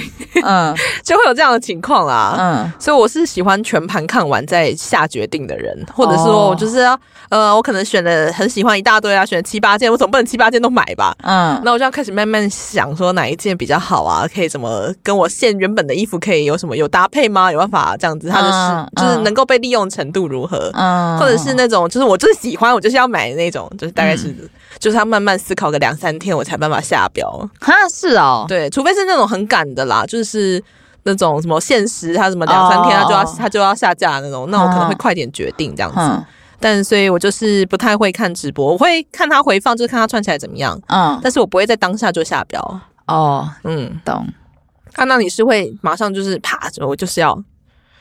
[SPEAKER 2] 嗯
[SPEAKER 1] 就会有这样的情况啦。
[SPEAKER 2] 嗯
[SPEAKER 1] 所以我是喜欢全盘看完再下决定的人，或者是
[SPEAKER 2] 哦
[SPEAKER 1] 说我就是要、呃，我可能选了很喜欢一大堆啊，选了七八件，我总不能七八件都买吧？
[SPEAKER 2] 嗯，
[SPEAKER 1] 那我就要开始慢慢想说哪一件比较好啊，可以怎么跟我现原本的衣服可以有什么有搭配吗？有办法这样子，它的
[SPEAKER 2] 嗯
[SPEAKER 1] 是、就是
[SPEAKER 2] 嗯
[SPEAKER 1] 能够被利用程度如何？
[SPEAKER 2] 嗯，
[SPEAKER 1] 或者是那种，就是我就是喜欢，我就是要买的那种，就是大概是，
[SPEAKER 2] 嗯
[SPEAKER 1] 就是要慢慢思考个两三天，我才办法下标。
[SPEAKER 2] 哈是哦，
[SPEAKER 1] 对，除非是那种很赶的啦，就是那种什么限时，它什么两三天它就要、
[SPEAKER 2] 哦
[SPEAKER 1] 它就要下架那种，那我可能会
[SPEAKER 2] 嗯
[SPEAKER 1] 快点决定这样子。
[SPEAKER 2] 嗯
[SPEAKER 1] 但所以我就是不太会看直播，我会看它回放，就是看它串起来怎么样，
[SPEAKER 2] 嗯
[SPEAKER 1] 但是我不会在当下就下标。
[SPEAKER 2] 哦，
[SPEAKER 1] 嗯，
[SPEAKER 2] 懂。
[SPEAKER 1] 看到你是会马上就是啪，我就是要，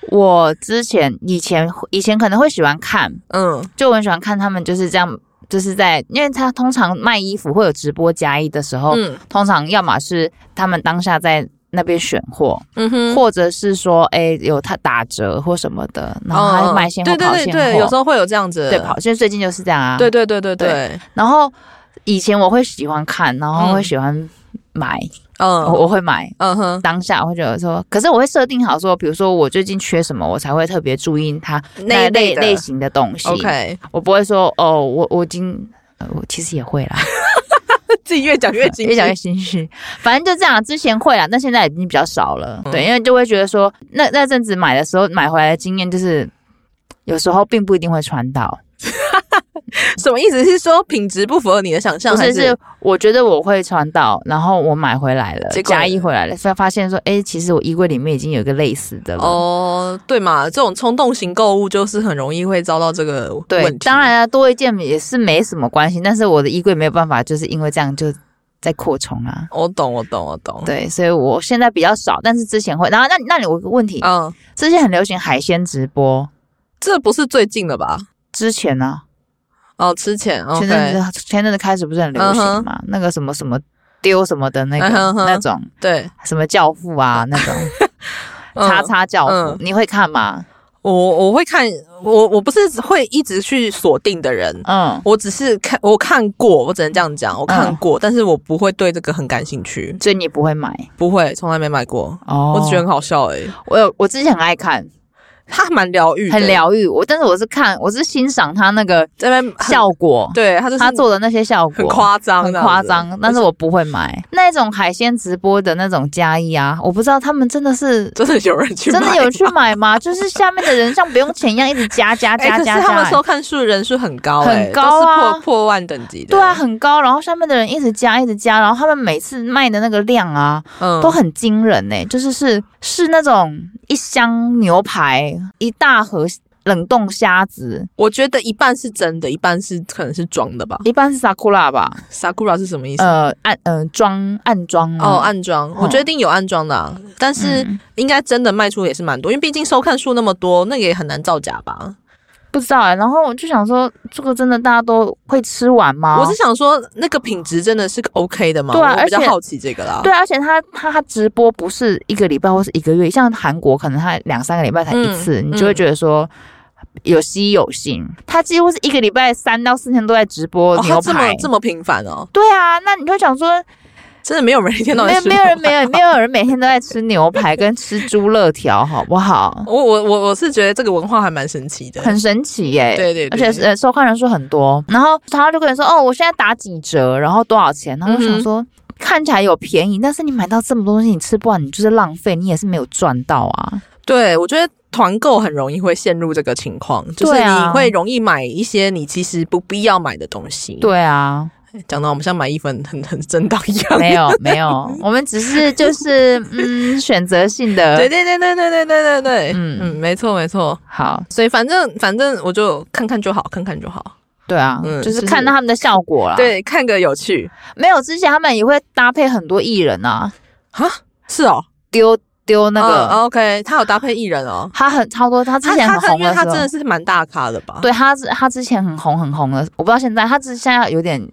[SPEAKER 2] 我之前以前以前可能会喜欢看，
[SPEAKER 1] 嗯
[SPEAKER 2] 就我很喜欢看他们就是这样，就是在因为他通常卖衣服会有直播加一的时候，
[SPEAKER 1] 嗯
[SPEAKER 2] 通常要么是他们当下在那边选货，
[SPEAKER 1] 嗯哼，
[SPEAKER 2] 或者是说，哎、有他打折或什么的，然后他
[SPEAKER 1] 嗯
[SPEAKER 2] 卖现货、
[SPEAKER 1] 对
[SPEAKER 2] 跑
[SPEAKER 1] 对
[SPEAKER 2] 现
[SPEAKER 1] 对
[SPEAKER 2] 货，
[SPEAKER 1] 对，有时候会有这样子，
[SPEAKER 2] 对跑，现在最近就是这样啊。
[SPEAKER 1] 对，对对对对
[SPEAKER 2] 对，然后以前我会喜欢看，然后会喜欢买，
[SPEAKER 1] 嗯
[SPEAKER 2] 我我会买。
[SPEAKER 1] 嗯哼，
[SPEAKER 2] 当下我会觉得说，可是我会设定好说，比如说我最近缺什么，我才会特别注意它
[SPEAKER 1] 那一类
[SPEAKER 2] 类
[SPEAKER 1] 的
[SPEAKER 2] 类型的东西。
[SPEAKER 1] OK，
[SPEAKER 2] 我不会说哦，我我已经。呃我其实也会 啦，
[SPEAKER 1] 自己越讲越精，
[SPEAKER 2] 越讲越心虚。反正就这样，之前会啦，但现在已经比较少了。
[SPEAKER 1] 嗯
[SPEAKER 2] 对，因为就会觉得说，那那阵子买的时候买回来的经验就是，有时候并不一定会穿到。
[SPEAKER 1] 什么意思？是说品质不符合你的想象，
[SPEAKER 2] 不
[SPEAKER 1] 还
[SPEAKER 2] 是，是我觉得我会穿到，然后我买回来了
[SPEAKER 1] 结，果
[SPEAKER 2] 加一回来了，发发现说，哎、其实我衣柜里面已经有一个类似的了。
[SPEAKER 1] 哦，对嘛，这种冲动型购物就是很容易会遭到这个
[SPEAKER 2] 对
[SPEAKER 1] 问，题。
[SPEAKER 2] 当，然啊，多一件也是没什么关系，但是我的衣柜没有办法，就是因为这样就在扩充啊。
[SPEAKER 1] 我懂，我懂，我懂。，
[SPEAKER 2] 对，所以我现在比较少，但是之前会。然后那那里有个问题，
[SPEAKER 1] 嗯，
[SPEAKER 2] 之前很流行海鲜直播，
[SPEAKER 1] 这不是最近的吧？
[SPEAKER 2] 之前呢、
[SPEAKER 1] 哦，之前
[SPEAKER 2] 前
[SPEAKER 1] ，OK，嗯
[SPEAKER 2] 阵子前阵子开始不是很流行嘛那个什么什么丢什么的那个、
[SPEAKER 1] 嗯哼哼
[SPEAKER 2] 那种
[SPEAKER 1] 对，
[SPEAKER 2] 什么教父啊那种
[SPEAKER 1] 嗯
[SPEAKER 2] 叉叉教父，
[SPEAKER 1] 嗯
[SPEAKER 2] 你会看吗？
[SPEAKER 1] 我我会看，我我不是会一直去锁定的人，
[SPEAKER 2] 嗯，
[SPEAKER 1] 我只是看我看过，我只能这样讲，我看过，但是我不会对这个很感兴趣，
[SPEAKER 2] 所以你不会买
[SPEAKER 1] 不会，从来没买过。
[SPEAKER 2] 哦
[SPEAKER 1] 我只觉得很好笑哎、
[SPEAKER 2] 我有我之前很爱看，
[SPEAKER 1] 它蛮疗愈的，
[SPEAKER 2] 很疗愈。我但是我是看我是欣赏他那个
[SPEAKER 1] 这边很
[SPEAKER 2] 效果，
[SPEAKER 1] 对，它就是
[SPEAKER 2] 他做的那些效果
[SPEAKER 1] 很夸张，
[SPEAKER 2] 很
[SPEAKER 1] 这样子
[SPEAKER 2] 夸张，但是我不会买那种海鲜直播的那种加一啊，我不知道他们真的是
[SPEAKER 1] 真的有人去
[SPEAKER 2] 真
[SPEAKER 1] 买
[SPEAKER 2] 的有去买吗？就是下面的人像不用钱一样一直 加加
[SPEAKER 1] 哎，
[SPEAKER 2] 加
[SPEAKER 1] 可
[SPEAKER 2] 加
[SPEAKER 1] 是他
[SPEAKER 2] 加、
[SPEAKER 1] 们
[SPEAKER 2] 欸
[SPEAKER 1] 收看数人数很高、哎，
[SPEAKER 2] 很高啊
[SPEAKER 1] 都是破破万等级的。
[SPEAKER 2] 对啊，，很高，然后下面的人一直加一直加，然后他们每次卖的那个量啊，
[SPEAKER 1] 嗯
[SPEAKER 2] 都很惊人呢、就是是是那种一箱牛排，一大盒冷冻虾子，
[SPEAKER 1] 我觉得一半是真的，一半是可能是装的吧。
[SPEAKER 2] 一般是 sakura 吧，
[SPEAKER 1] Sakura 是什么意思？
[SPEAKER 2] 呃暗呃装暗装吗
[SPEAKER 1] 哦，暗装，我觉得一定有暗装的、啊，但是
[SPEAKER 2] 嗯
[SPEAKER 1] 应该真的卖出也是蛮多，因为毕竟收看数那么多，那个也很难造假吧。
[SPEAKER 2] 不知道哎、然后我就想说，这个真的大家都会吃完吗？
[SPEAKER 1] 我是想说，那个品质真的是 OK 的吗？
[SPEAKER 2] 哦对啊
[SPEAKER 1] 我比较
[SPEAKER 2] 而且
[SPEAKER 1] 好奇这个啦。
[SPEAKER 2] 对，而且他他他直播不是一个礼拜或是一个月，像韩国可能他两三个礼拜才一次，
[SPEAKER 1] 嗯
[SPEAKER 2] 你就会觉得说。有稀有性，他几乎是一个礼拜三到四天都在直播
[SPEAKER 1] 哦，
[SPEAKER 2] 啊牛
[SPEAKER 1] 它这
[SPEAKER 2] 排。
[SPEAKER 1] 么这么频繁哦，
[SPEAKER 2] 对啊，那你就想说，
[SPEAKER 1] 真的没有人一天到
[SPEAKER 2] 没
[SPEAKER 1] 晚
[SPEAKER 2] 有
[SPEAKER 1] 吃
[SPEAKER 2] 没有人
[SPEAKER 1] 牛排
[SPEAKER 2] 没有没有人每天都在吃牛排跟吃猪肋条，好不好？
[SPEAKER 1] 我我我我是觉得这个文化还蛮神奇的，
[SPEAKER 2] 很神奇耶、
[SPEAKER 1] 对对对
[SPEAKER 2] 而且是呃收看人数很多，然后他就跟你说哦，我现在打几折，然后多少钱？然后我
[SPEAKER 1] 嗯
[SPEAKER 2] 想
[SPEAKER 1] 哼
[SPEAKER 2] 说、看起来有便宜，但是你买到这么多东西，你吃不完，你就是浪费，你也是没有赚到啊。
[SPEAKER 1] 对，我觉得团购很容易会陷入这个情况，就是
[SPEAKER 2] 对
[SPEAKER 1] 你
[SPEAKER 2] 啊
[SPEAKER 1] 会容易买一些你其实不必要买的东西。，
[SPEAKER 2] 对啊，
[SPEAKER 1] 讲到我们像买衣服很很很正当一样。
[SPEAKER 2] 没有没 有，我们只是就是嗯选择性的
[SPEAKER 1] 对对对对对对对对对，嗯
[SPEAKER 2] 嗯
[SPEAKER 1] 嗯，没错没错。
[SPEAKER 2] 好，
[SPEAKER 1] 所以反正反正我就看看就好，看看就好。
[SPEAKER 2] 对啊，
[SPEAKER 1] 嗯
[SPEAKER 2] 就
[SPEAKER 1] 就
[SPEAKER 2] 是
[SPEAKER 1] 是
[SPEAKER 2] 看到他们的效果啦。，
[SPEAKER 1] 对，看个有趣
[SPEAKER 2] 没有之前他们也会搭配很多艺人啊，
[SPEAKER 1] 啊，是哦，
[SPEAKER 2] 丢丢那个，
[SPEAKER 1] 嗯 OK，他有搭配艺人哦。
[SPEAKER 2] 他很超多，他之前
[SPEAKER 1] 他
[SPEAKER 2] 很
[SPEAKER 1] 他
[SPEAKER 2] 红
[SPEAKER 1] 因为
[SPEAKER 2] 的时
[SPEAKER 1] 他真
[SPEAKER 2] 候
[SPEAKER 1] 的。是蛮大咖的吧？，
[SPEAKER 2] 对他之，他之前很红很红的，我不知道现在，他之现在有点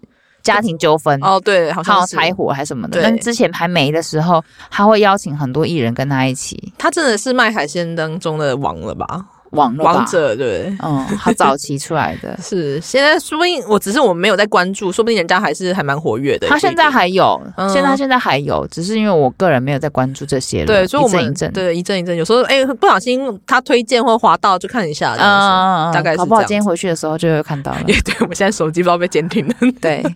[SPEAKER 2] 家庭纠纷，
[SPEAKER 1] 哦对，好像
[SPEAKER 2] 靠
[SPEAKER 1] 是
[SPEAKER 2] 柴火还是什么的。
[SPEAKER 1] 对
[SPEAKER 2] 但之前还没的时候，他会邀请很多艺人跟他一起
[SPEAKER 1] 他真的是卖海鲜当中的王了吧？
[SPEAKER 2] 网络吧
[SPEAKER 1] 王。者对。，
[SPEAKER 2] 嗯，他早期出来的
[SPEAKER 1] 是，现在说不定我只是我没有在关注，说不定人家还是还蛮活跃的。
[SPEAKER 2] 他现在还有，
[SPEAKER 1] 嗯
[SPEAKER 2] 现在他现在还有，只是因为我个人没有在关注这些了，
[SPEAKER 1] 对，所以我
[SPEAKER 2] 一
[SPEAKER 1] 们
[SPEAKER 2] 阵一阵，
[SPEAKER 1] 对一阵一阵，有时候哎、不小心他推荐或滑到就看一下
[SPEAKER 2] 嗯，
[SPEAKER 1] 这样子。
[SPEAKER 2] 嗯嗯
[SPEAKER 1] 大概是
[SPEAKER 2] 搞不好
[SPEAKER 1] 这样
[SPEAKER 2] 今天回去的时候就会看到 了。
[SPEAKER 1] 也对，我现在手机不知道被监听了。
[SPEAKER 2] 对，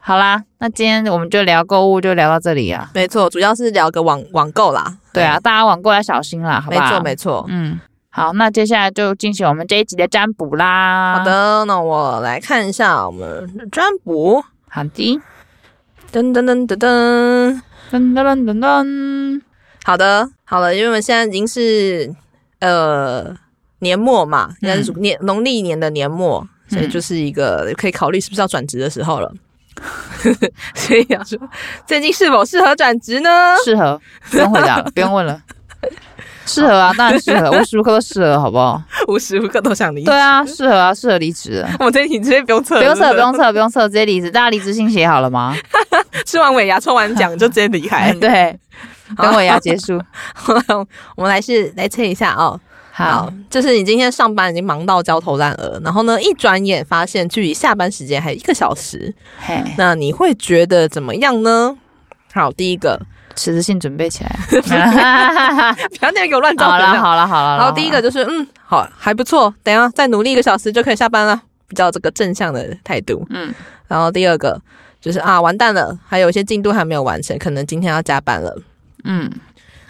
[SPEAKER 2] 好啦，那今天我们就聊购物，就聊到这里啊。
[SPEAKER 1] 没错，主要是聊个网网购啦。
[SPEAKER 2] 对啊，大家网购要小心啦，好
[SPEAKER 1] 没
[SPEAKER 2] 吧？
[SPEAKER 1] 错没错。
[SPEAKER 2] 嗯，好，那接下来就进行我们这一集的占卜啦。
[SPEAKER 1] 好，的，那我来看一下我们的占卜。
[SPEAKER 2] 好的，
[SPEAKER 1] 噔噔噔噔噔，
[SPEAKER 2] 噔噔噔噔噔，
[SPEAKER 1] 好的，好了，因为我们现在已经是呃年末嘛，应该是年农历年的年末，所以就是一个可以考虑是不是要转职的时候了。 所以想说，最近是否适合转职 呢？
[SPEAKER 2] 适合，不用回答了，不用问了。适合啊，当然适合，无时无刻都适合，好不好？
[SPEAKER 1] 无时无刻都想离职
[SPEAKER 2] 对。啊，适合啊，适合离职啊。
[SPEAKER 1] 我们这一题直接不用测
[SPEAKER 2] 不
[SPEAKER 1] 了，
[SPEAKER 2] 用
[SPEAKER 1] 是
[SPEAKER 2] 测，
[SPEAKER 1] 是
[SPEAKER 2] 不用测，不用测，直接离职。大家离职信写好了吗？
[SPEAKER 1] 吃完尾牙抽完 奖就直接离开
[SPEAKER 2] 哎，。对，等我也要结束。
[SPEAKER 1] 我们来是来测一下哦。
[SPEAKER 2] 好，，
[SPEAKER 1] 就是你今天上班已经忙到焦头烂额，然后呢，一转眼发现距离下班时间还有一个小 时，
[SPEAKER 2] 嘿，
[SPEAKER 1] 那你会觉得怎么样呢？好，第一个，
[SPEAKER 2] 辞职信准备起来。
[SPEAKER 1] 不要那样给我乱造
[SPEAKER 2] 好
[SPEAKER 1] 成
[SPEAKER 2] 了，
[SPEAKER 1] 了。
[SPEAKER 2] 好了，好了。
[SPEAKER 1] 然后第一个就是，嗯，好，还不错，等一下再努力一个小时就可以下班了，比较这个正向的态度。
[SPEAKER 2] 嗯，
[SPEAKER 1] 然后第二个就是啊，完蛋了，还有一些进度还没有完成，可能今天要加班了。
[SPEAKER 2] 嗯，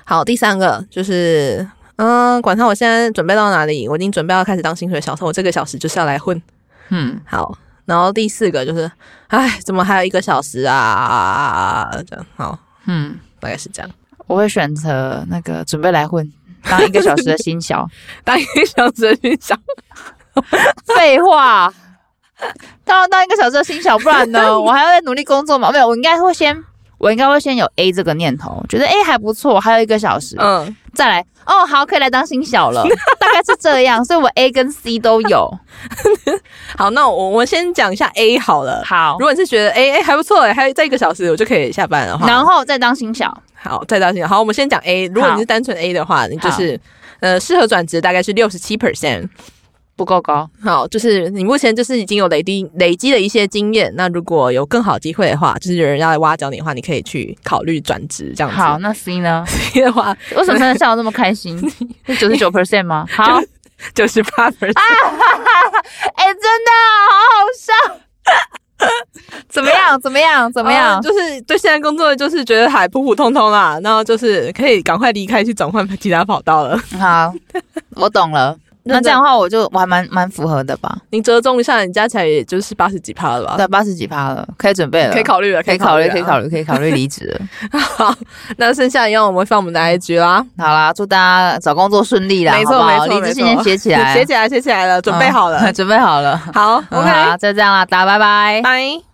[SPEAKER 1] 好，第三个就是，嗯，管他我现在准备到哪里，我已经准备要开始当薪水小偷，我这个小时就是要来混。
[SPEAKER 2] 嗯，
[SPEAKER 1] 好，然后第四个就是，哎，怎么还有一个小时啊？这样好，
[SPEAKER 2] 嗯，
[SPEAKER 1] 大概是这样。
[SPEAKER 2] 我会选择那个准备来混，当一个小时的新小。
[SPEAKER 1] 当一个小时的军长，
[SPEAKER 2] 废话，当然当一个小时的新小，不然呢，我还要再努力工作嘛。没有，我应该会先，我应该会先有 A 这个念头，觉得 A 还不错，还有一个小时，
[SPEAKER 1] 嗯，
[SPEAKER 2] 再来哦，好，可以来当新小 了，大概是这样。所以我 A 跟 C 都有。
[SPEAKER 1] 好，那我我先讲一下 A 好了。
[SPEAKER 2] 好
[SPEAKER 1] 如，果你是觉得哎哎、还不错哎，还有再一个小时我就可以下班的话，
[SPEAKER 2] 然后再当新小，
[SPEAKER 1] 好再到现在好，我们先讲 A。如果你是单纯 A 的话，你就是呃适合转职大概是六十七 percent。
[SPEAKER 2] 不够高。
[SPEAKER 1] 好，就是你目前就是已经有累积累积了一些经验，那如果有更好机会的话，就是有人要来挖角你的话，你可以去考虑转职这样子。
[SPEAKER 2] 好，那 C 呢？
[SPEAKER 1] C 的话
[SPEAKER 2] 为什么三笑得那么开 心？是九十九 percent 吗？好，
[SPEAKER 1] 就是八 percent。
[SPEAKER 2] 啊哎、真的好好 笑。怎么样？怎么样？怎么样？
[SPEAKER 1] 嗯就是对现在工作就是觉得还普普通通啦，然后就是可以赶快离开去转换其他跑道了。
[SPEAKER 2] 好，我懂了。那这样的话，我就我还蛮蛮符合的吧？
[SPEAKER 1] 你折中一下，你加起来也就是八十几趴了吧？
[SPEAKER 2] 对，八十几趴了，哦可以准备了，
[SPEAKER 1] 可以，考虑了，
[SPEAKER 2] 可以考虑，可啊以考
[SPEAKER 1] 虑
[SPEAKER 2] 虑，可以考虑离 职了。
[SPEAKER 1] 了。好，那剩下一样我们放我们的
[SPEAKER 2] 嗯
[SPEAKER 1] IG 啦，
[SPEAKER 2] 好啦，祝大家找工作顺利啦，
[SPEAKER 1] 没错
[SPEAKER 2] 好不好
[SPEAKER 1] 没错
[SPEAKER 2] 离职信 先写起来，
[SPEAKER 1] 写起来，写起来了，准备好了
[SPEAKER 2] 嗯。准备好了。
[SPEAKER 1] 好
[SPEAKER 2] 嗯好
[SPEAKER 1] ，OK，
[SPEAKER 2] 就这样啦，大家拜拜。
[SPEAKER 1] 拜。